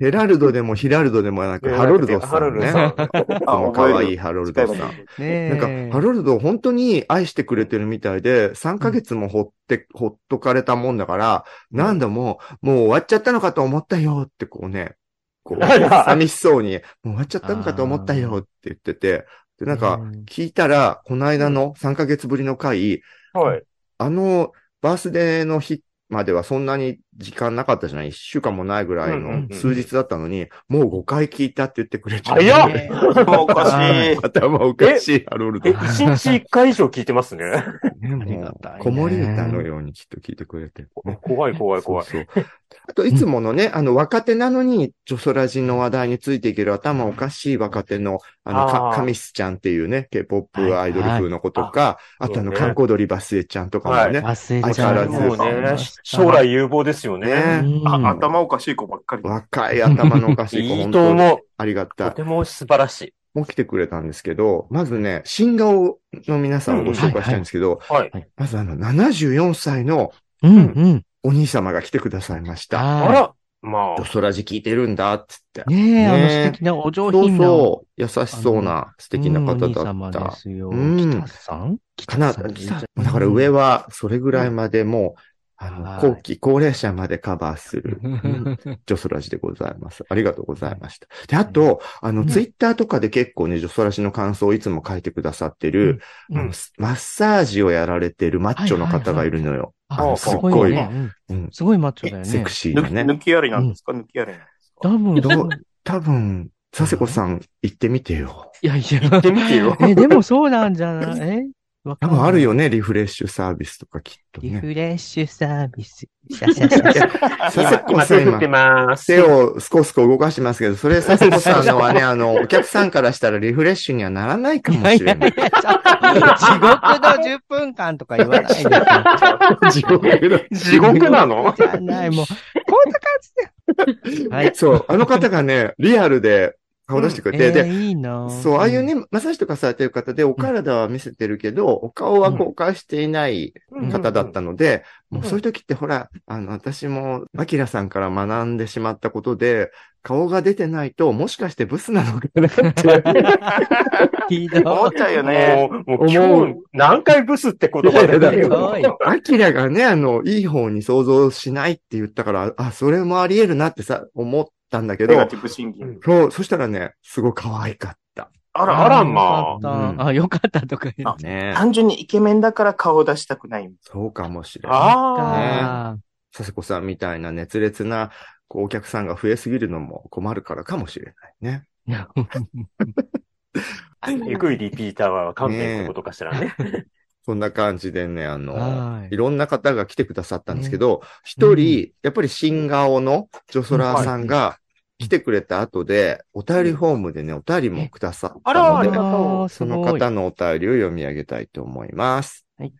ヘラルドでもヒラルドでもなく、ハロルドさハロんルドね。さこん。の可愛いハロルドさん。覚なねんか、えハロルドを本当に愛してくれてるみたいで、3ヶ月もほって、ほっとかれたもんだから、何度も、もう終わっちゃったのかと思ったよってこうね、こう、あら寂しそうに、もう終わっちゃったのかと思ったよって言ってて、で、なんか、聞いたら、この間の3ヶ月ぶりの回、はい。あの、バースデーの日まではそんなに時間なかったじゃない一週間もないぐらいうんうんのうん数日だったのに、もう5回聞いたって言ってくれてる。早っねえもうおかしい。 <laughs> 頭おかしい、ハロルドえ、。一日一回以上聞いてますね。ねもうありがたいね子守歌のようにきっと聞いてくれてるね。怖い怖い怖い。そうそうあと、いつもの <laughs> ね、あの、若手なのに、ジョソラジの話題についていける頭おかしい若手の、あの、かあーカミスちゃんっていうね、K-POP アイドル風の子とか、あいとあの、そうね観光鳥バスエちゃんとかもね、忘れ相ち変ゃわらうずもうね、将来有望ですよね。ね、うんあ頭おかしい子ばっかり。若い頭のおかしい子、 <laughs> いい本と当に思う。ありがたとい。ても素晴らしい。もう来てくれたんですけど、まずね、新顔の皆さんをご紹介したいんですけど、はい。まずあの、74歳のうんうん。お兄様が来てくださいました。ああら、まドソラジ聞いてるんだ、っつってら。。ねえ、あねのえ素敵なお上そう品な。そう、優しそうな素敵な方だうんおっ兄様でた。すよ。うん北さんかな、北さんだから上はそれぐらいまでもう、あの、はい後期、高齢者までカバーする。うん <laughs> うんジョソラジでございます。ありがとうございました。で、あと、あの、ツイッターとかで結構ね、ジョソラジの感想をいつも書いてくださってる、うんあのマッサージをやられてるマッチョの方がいるのよ。ああのすごいね。ううんんすごいマッチョだよね。セクシー抜なきね。抜きやりなんですか抜きやりなんですか多分、どそうう多分、佐世子さん行ってみてよ。いやいや。あ、行ってみてよ。 <laughs> え、でもそうなんじゃないえわか多んない分あるよね、リフレッシュサービスとかきっとリね。フレッシュサービス。シャシャシャシャ佐世子今さん手振っ今て、ます。手をスコスコ動かしてますけど、それ佐世子さんのはね、あの、お客さんからしたらリフレッシュにはならないかもしれない。地獄の10分間とか言わないで地獄だ地獄なのじゃない、もう、こんな感 <laughs> じで。はい。そう、あの方がね、リアルで顔出してくれて、えで、ー、いいなそう、ああいうね、マッサージとかされてる方で、お体は見せてるけど、お顔は公開していない方だったので、うんもうそういう時ってほら、あの、私も、アキラさんから学んでしまったことで、顔が出てないと、もしかしてブスなのかなって。ひどい。思っちゃうよね。もう、もう今日何回ブスって言葉出てるいやいやよ。アキラがね、あの、いい方に想像しないって言ったから、あ、それもあり得るなってさ、思ったんだけネガどテ、ィブシンキング。そう、そしたらね、すごい可愛かった。ああら、あら、らまあ。あ、よかったとか言って。ね単純にイケメンだから顔を出したくない。そうかもしれない。ああ。あ佐世子さんみたいな熱烈なこうお客さんが増えすぎるのも困るからかもしれないね。えぐいリピーターは勘弁ってことかしらね。そんな感じでね、あの、はいい。ろんな方が来てくださったんですけど、一人、やっぱり新顔のジョソラーさんが来てくれた後で、お便りフォームでね、お便りもくださったあらあのりでが、とう。その方のお便りを読み上げたいと思います。はい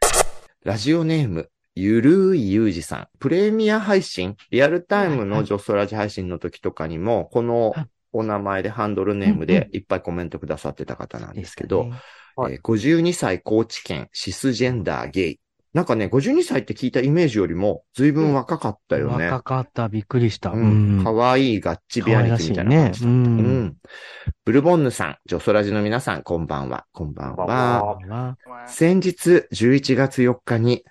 ラジオネーム、ゆるいゆうじさん。プレミア配信、リアルタイムのジョソラジ配信の時とかにも、このはいお名前でハンドルネームでいっぱいコメントくださってた方なんですけど、はいえー52歳高知県シスジェンダーゲイ。なんかね、52歳って聞いたイメージよりも随分若かったよね。若かった、びっくりした。うん。かわいいガッチビアリティみたいな感じだった。可愛らしいねうんうん。ブルボンヌさん、ジョソラジの皆さん、こんばんは。こんばんこんばんはは。先日11月4日に、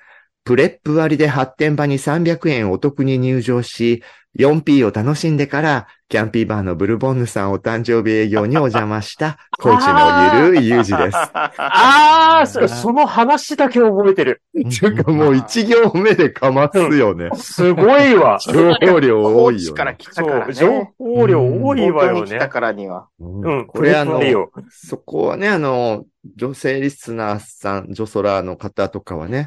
プレップ割で発展場に300円お得に入場し、4P を楽しんでから、キャンピーバーのブルボンヌさんお誕生日営業にお邪魔した、コーチのゆるいゆうじ <laughs> です。ああ、そその話だけ覚えてる。ていうかもう一行目でかますよ <laughs> ね。すごいわ。情報量高多い知よ、からね。来たそからう、ね。情報量多いわ本当よに来たね。からには。ううんん、これあのいい、よそこはね、あの、女性リスナーさん、女ソラーの方とかはね、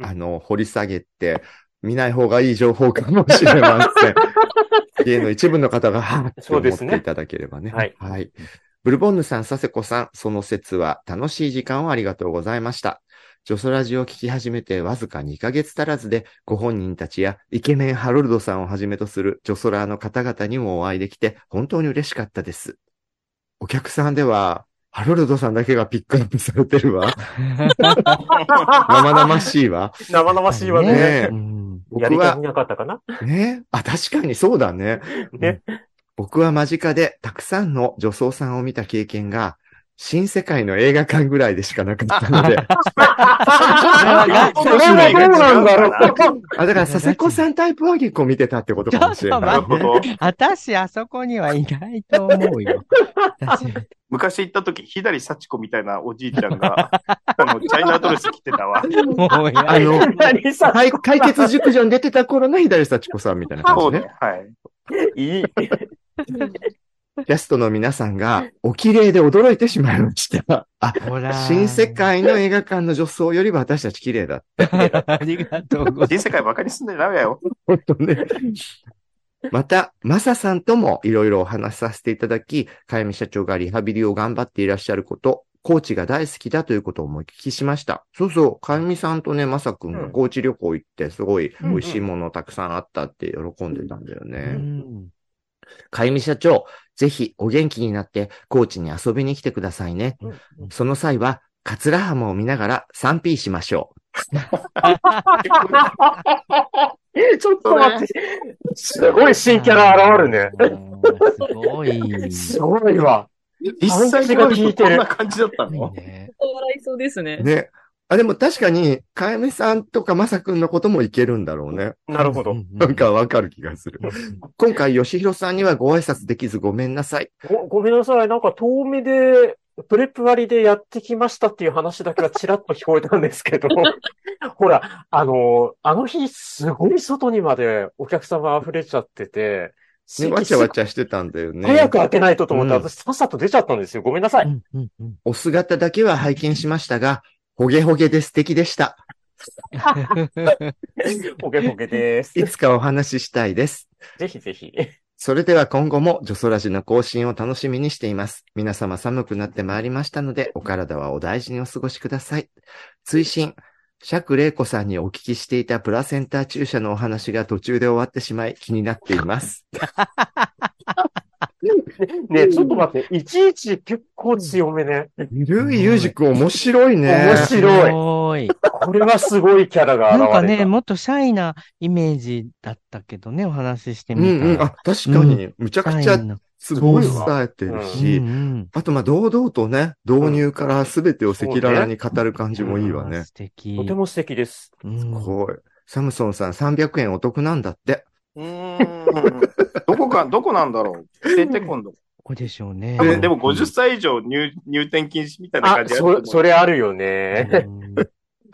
うんあの、掘り下げて、見ない方がいい情報かもしれませ <laughs> ん。芸の一部の方が、はぁってそ思うでっすねていただければね。はいはい。ブルボンヌさん、佐世子さん、その説は楽しい時間をありがとうございました。ジョソラジを聞き始めてわずか2ヶ月足らずで、ご本人たちやイケメンハロルドさんをはじめとするジョソラーの方々にもお会いできて、本当に嬉しかったです。お客さんでは、ハロルドさんだけがピックアップされてるわ。生々しい <laughs> わ。生々しいわね。ねえ <laughs> うんや僕りたは、くなかったかなね、あ、確かにそうだね。ね。僕は間近でたくさんの女装さんを見た経験が、新世界の映画館ぐらいでしかなかったので、それはどうなんだろう。あ、だから佐世子さんタイプは結構見てたってことかもしれな、ないるほど。私、あそこにはいないと思うよ。私昔行った時、左幸子みたいなおじいちゃんが、 <laughs> あの、チャイナドレス着てたわ。もうやあの、何さ、解解決熟女に出てた頃の左幸子さんみたいな感そじうねね。。はい。いい。キャストの皆さんがお綺麗で驚いてしまいました。あ、ほら。新世。界の映画館の女装よりは私たち綺麗だ。ありがとうござい人世界ばかり住んでダメだよ。本当ね。また、マサさんともいろいろお話しさせていただき、かやみ社長がリハビリを頑張っていらっしゃること、コーチが大好きだということをもお聞きしました。そうそう、かやみさんとね、まさくんうがんコーチ旅行行って、すごい美味しいものたくさんあったって喜んでたんだよね。ます。うんかゆみ社長、ぜひお元気になって、高知に遊びに来てくださいね。その際は、桂浜を見ながら 3P しましょ <laughs> ちょっと待って。すごい新キャラ現れるね。すごい。すごいわ。実際の話が聞いてこるんな感じだったのね笑いそうですねう。。ね。あ、でも確かに、かゆみさんとかまさくんのこともいけるんだろうね。なるほど。。なんかわかる気がする。今回、吉弘さんにはご挨拶できずごめんなさい。ご、ごめんなさい。なんか遠目で、プレップ割りでやってきましたっていう話だけはちらっと聞こえたんで <laughs> すけど、ほら、あの、あの日、すごい外にまでお客様溢れちゃってて、ね、わちゃわちゃしてたんだよね。早く開けないとと思って、うん <laughs> 私さっさと出ちゃったんですよ。ごめんなさい。うんうんうんお姿だけは拝見しましたが、ほげほげで素敵でした。ポケポケです。いつかお話ししたいです。ぜひぜひ。それでは今後も女ソラジの更新を楽しみにしています。皆様寒くなってまいりましたので、お体はお大事にお過ごしください。追伸、釈玲子さんにお聞きしていたプラセンタ注射のお話が途中で終わってしまい気になっています。ねちょっと待って、いちいち結構強めね。ルイユージくん面白いね。面白い。白い。これはすごいキャラが現なんれた。かね、もっとシャイなイメージだったけどね、お話ししてうみんたら。うん。あ、確かに、むちゃくちシャゃイなすごい伝えてるうんうし、ん。あと、まあ、堂々とね、導入から全てを赤裸々に語る感じもいいわあーね。素敵。とても素敵です。すうんごい。サムソンさん300円お得なんだって。うーん。どこか、どこなんだろう出てこんの。ここでしょうね。多分でも50歳以上入入店禁止みたいなあ感、じやと思うそ、それあるよね。うん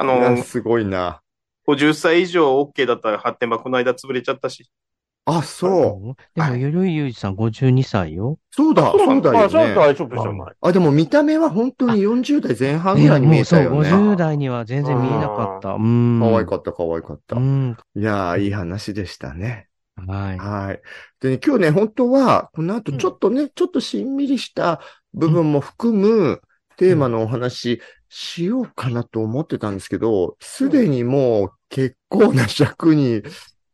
あいやの、すごいな。 50歳以上 OK だったら発展場この間潰れちゃったし。あ、そう。でも、ゆるいゆうじさん52歳よ。そうだ、そうだ <laughs> まあ、それよね。大丈夫じゃない。あ、でも見た目は本当に40代前半ぐらいに見もえうそたう、よね。 50代には全然見えなかった。うん。可愛かった、可愛かったう。ん。いやー、いい話でしたね。はい。はい。でね、今日ね、本当は、この後ちょっとね、ちょっとしんみりした部分も含むテーマのお話しようかなと思ってたんですけど、すでにもう結構な尺に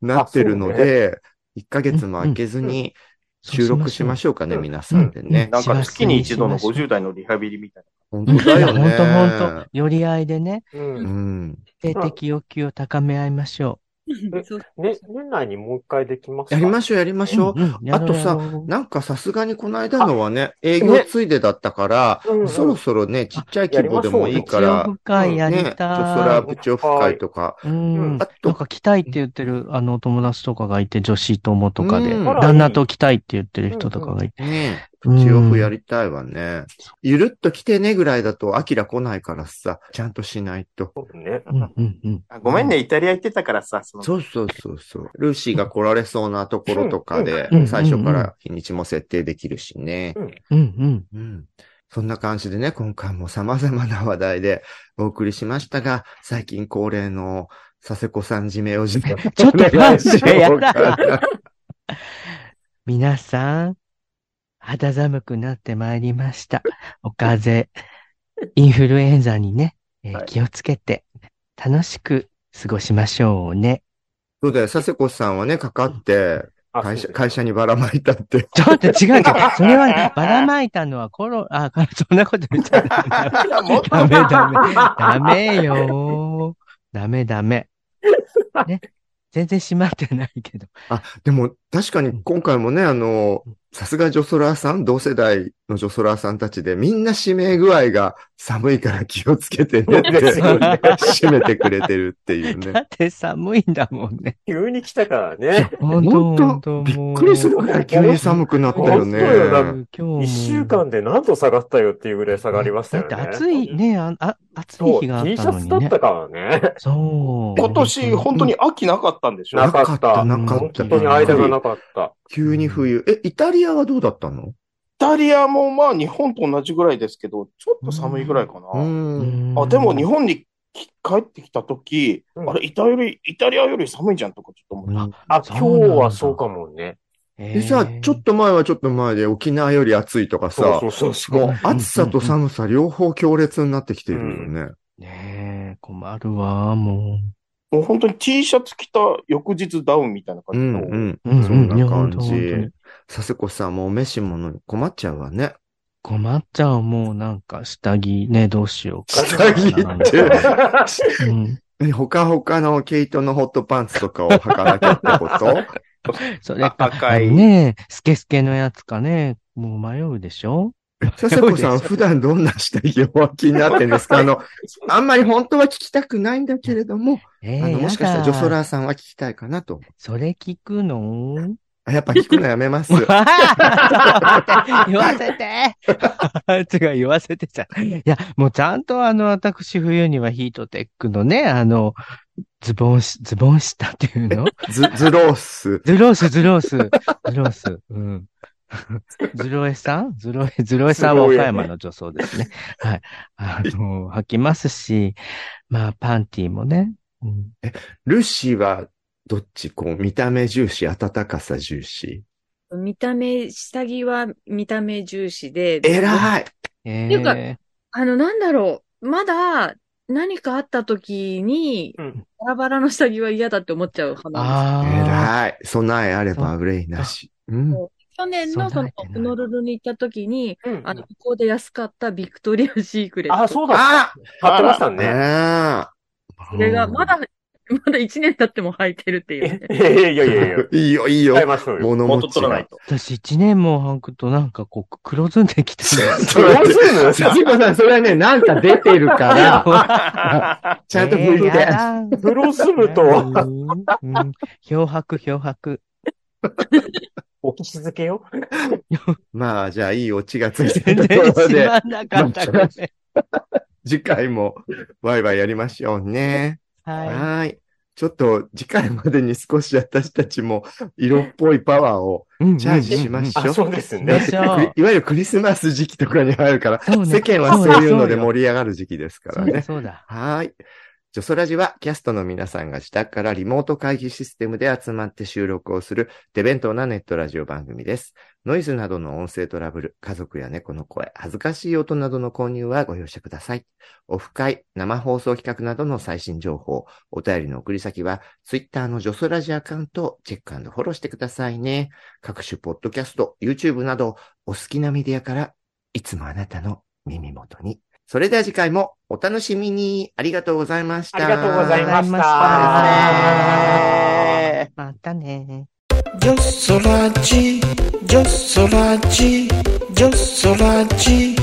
なってるので、1ヶ月も空けずに収録しましょうかね、うん皆さんでね。なんか月に一度のします50代のリハビリみたい本当だよ本ね。当本当寄り合いでね、うんう。ん。性的欲求を高め合いましょ <laughs> そうね、年内にもう一回できますかやりましょう、やりまう。しょう。うんうんやろうあとさやろうなんかさすがにこの間のはね、営業ついでだったから、うんうんそろそろね、ちっちゃい規模でもいいか一応ら、深いやりね、ちょそたらい。部長深いとか、うん。あなんと、か来たいって言ってる、あの、お友達とかがいて、女子友とかで、うん旦那と来たいって言ってる人とかがいて。ね、うんプチオフやりたいわね。ゆるっと来てねぐらいだと、アキラ来ないからさ、ちゃんとしないと。う。ね。うんうんうん。な。あごめんね、イタリア行ってたからさ、そのそうそうそうそう。ルーシーが来られそうなところとかでうんう、ん最初から日にちも設定できるしね。うんうん。うん。そんな感じでね、今回も様々な話題でお送りしましたが、最近恒例の佐世子さんじめをじめ。 <laughs> ちょっと待しっよて、やうかだ。な皆さん、肌寒くなってまいりました。お風邪、インフルエンザにね、えーはい気をつけて、楽しく過ごしましょうね。そうだよ、佐世子さんはね、かかって、あ会社、そう会社にばらまいたって。ちょっと違う <laughs> けど、それは、ばらまいたのはコロ、あ、そんなこと言っちゃダメ。もっとダメダメ。ダメよー。ダメダメ。ね。全然閉まってないけど。あ、でも確かに今回もね、あの、さすがジョソラーさん、同世代のジョソラーさんたちで、みんな締め具合が寒いから気をつけてねって、ですよね締めてくれてるっていうだね。って寒いんだもんね。 <laughs> 急に来たからね。 <laughs> 本本当びっくりするぐらい急に寒くなったよね。本当よだ今日も一週間で何度下がったよっていうぐらい下がりましたよね。だって暑いね、ああ暑そ、いう日 T シがあったャのツにだっねた。からね。そう。今年、本当に秋なかったんでしょなかったなかっ本た。当に間がなかった。急に冬。え、イタリアはどうだったのイタリアもまあ日本と同じぐらいですけど、ちょっと寒いぐらいかな。うん。あ、でも日本。本にき帰ってきたとき、うんあれ、イタリアより、イタリアより寒いじゃんとかちょっと思っああ、今日はそうかもね。でさ、ちょっと。と前はちょっと前で沖縄より暑いとかさ、そうそうそもう暑さと寒さ両方強烈になってきてるよね。ねえ、困るわ、もた。もう本当に T シャツ着た翌日ダウンみたいなう感じんの。うん。う。うんそんな感。いや本当本じ。させこさんもお召し物に困っちゃうわね。当困っちゃう、もうなんか下着ね、どうしようか。下着って、うん。えほかほかの毛糸のホットパンツとかを履かなきゃってことそれか、赤いねえ、スケスケのやつかね、もう迷うでしょさせこさん普段どんな下着をお履きになってるんですかあの、あんまり本当は聞きたくないんだけれども、えあえの、もしかしたらやジだョソラーさんは聞きたいかなと。それ聞くのあやっぱ聞くのやめます。わあ <laughs> 言わせて違う、言わせてじゃん。いや、もうちゃんとあの、私冬にはヒートテックのね、あの、ズボンし、ズボン下っていうのズ、ズロース。ズロース、ズロース、ズロース。うん。ズロエさんズロエ、ズロエさんは岡山の女装ですね。はい。あの、履きますし、まあ、パンティーもね。うん、ルシーは、どっちこう、見た目重視、温かさ重視。見た目、下着は見た目重視で、偉いえていうかえあの、なんだろう。まだ何かあった時に、うんバラバラの下着は嫌だって思っちゃう派なんであ偉い備えあれば憂いなし。うん。す。去年のその備えてないホノルルに行った時に、うんあの、ここで安かったビクトリアシークレット。あ、そうだ。あ買ってましたあね。ねあそれがまだ、まだ1年経っても履いてるっていうね。いやいやいやいやいや。え。いいよ、いいよ買い。ましょうよ。物もっ持とち取らなが <laughs> い。と。私一年も履くとなんかこう、黒ずんできた。ちょっと待って黒ずんさちこさん、それはね、なんか出てるから、 <laughs> ちゃんと拭いて。黒ずむ <laughs> とうん、うん漂白、漂白。おきしづけよ。まあ、じゃあ、いいオチがついて全ると然ころ知で、らなかった。ごめん次回も、ワイワイやりましょうね。ははーい。ちょっと、次回までに少し私たちも、色っぽいパワーをい。チャージしましょあ、う。そうですでね。しょうい。わゆるクリスマス時期とかに入るから、そうね世間はそういうので盛り上がる時期ですからそうだ、ね。そうだ。はーい。ジョソラジはキャストの皆さんが自宅からリモート会議システムで集まって収録をする手弁当なネットラジオ番組です。ノイズなどの音声トラブル、家族や猫の声、恥ずかしい音などの購入はご容赦ください。オフ会、生放送企画などの最新情報、お便りの送り先は、ツイッターのジョソラジアカウントをチェックフォローしてくださいね。各種ポッドキャスト、YouTube など、お好きなメディアから、いつもあなたの耳元に。それでは次回もお楽しみに。ありがとうございました。ありがとうございましですた。ねまたね。ジョソラジジョソラジジョソラジ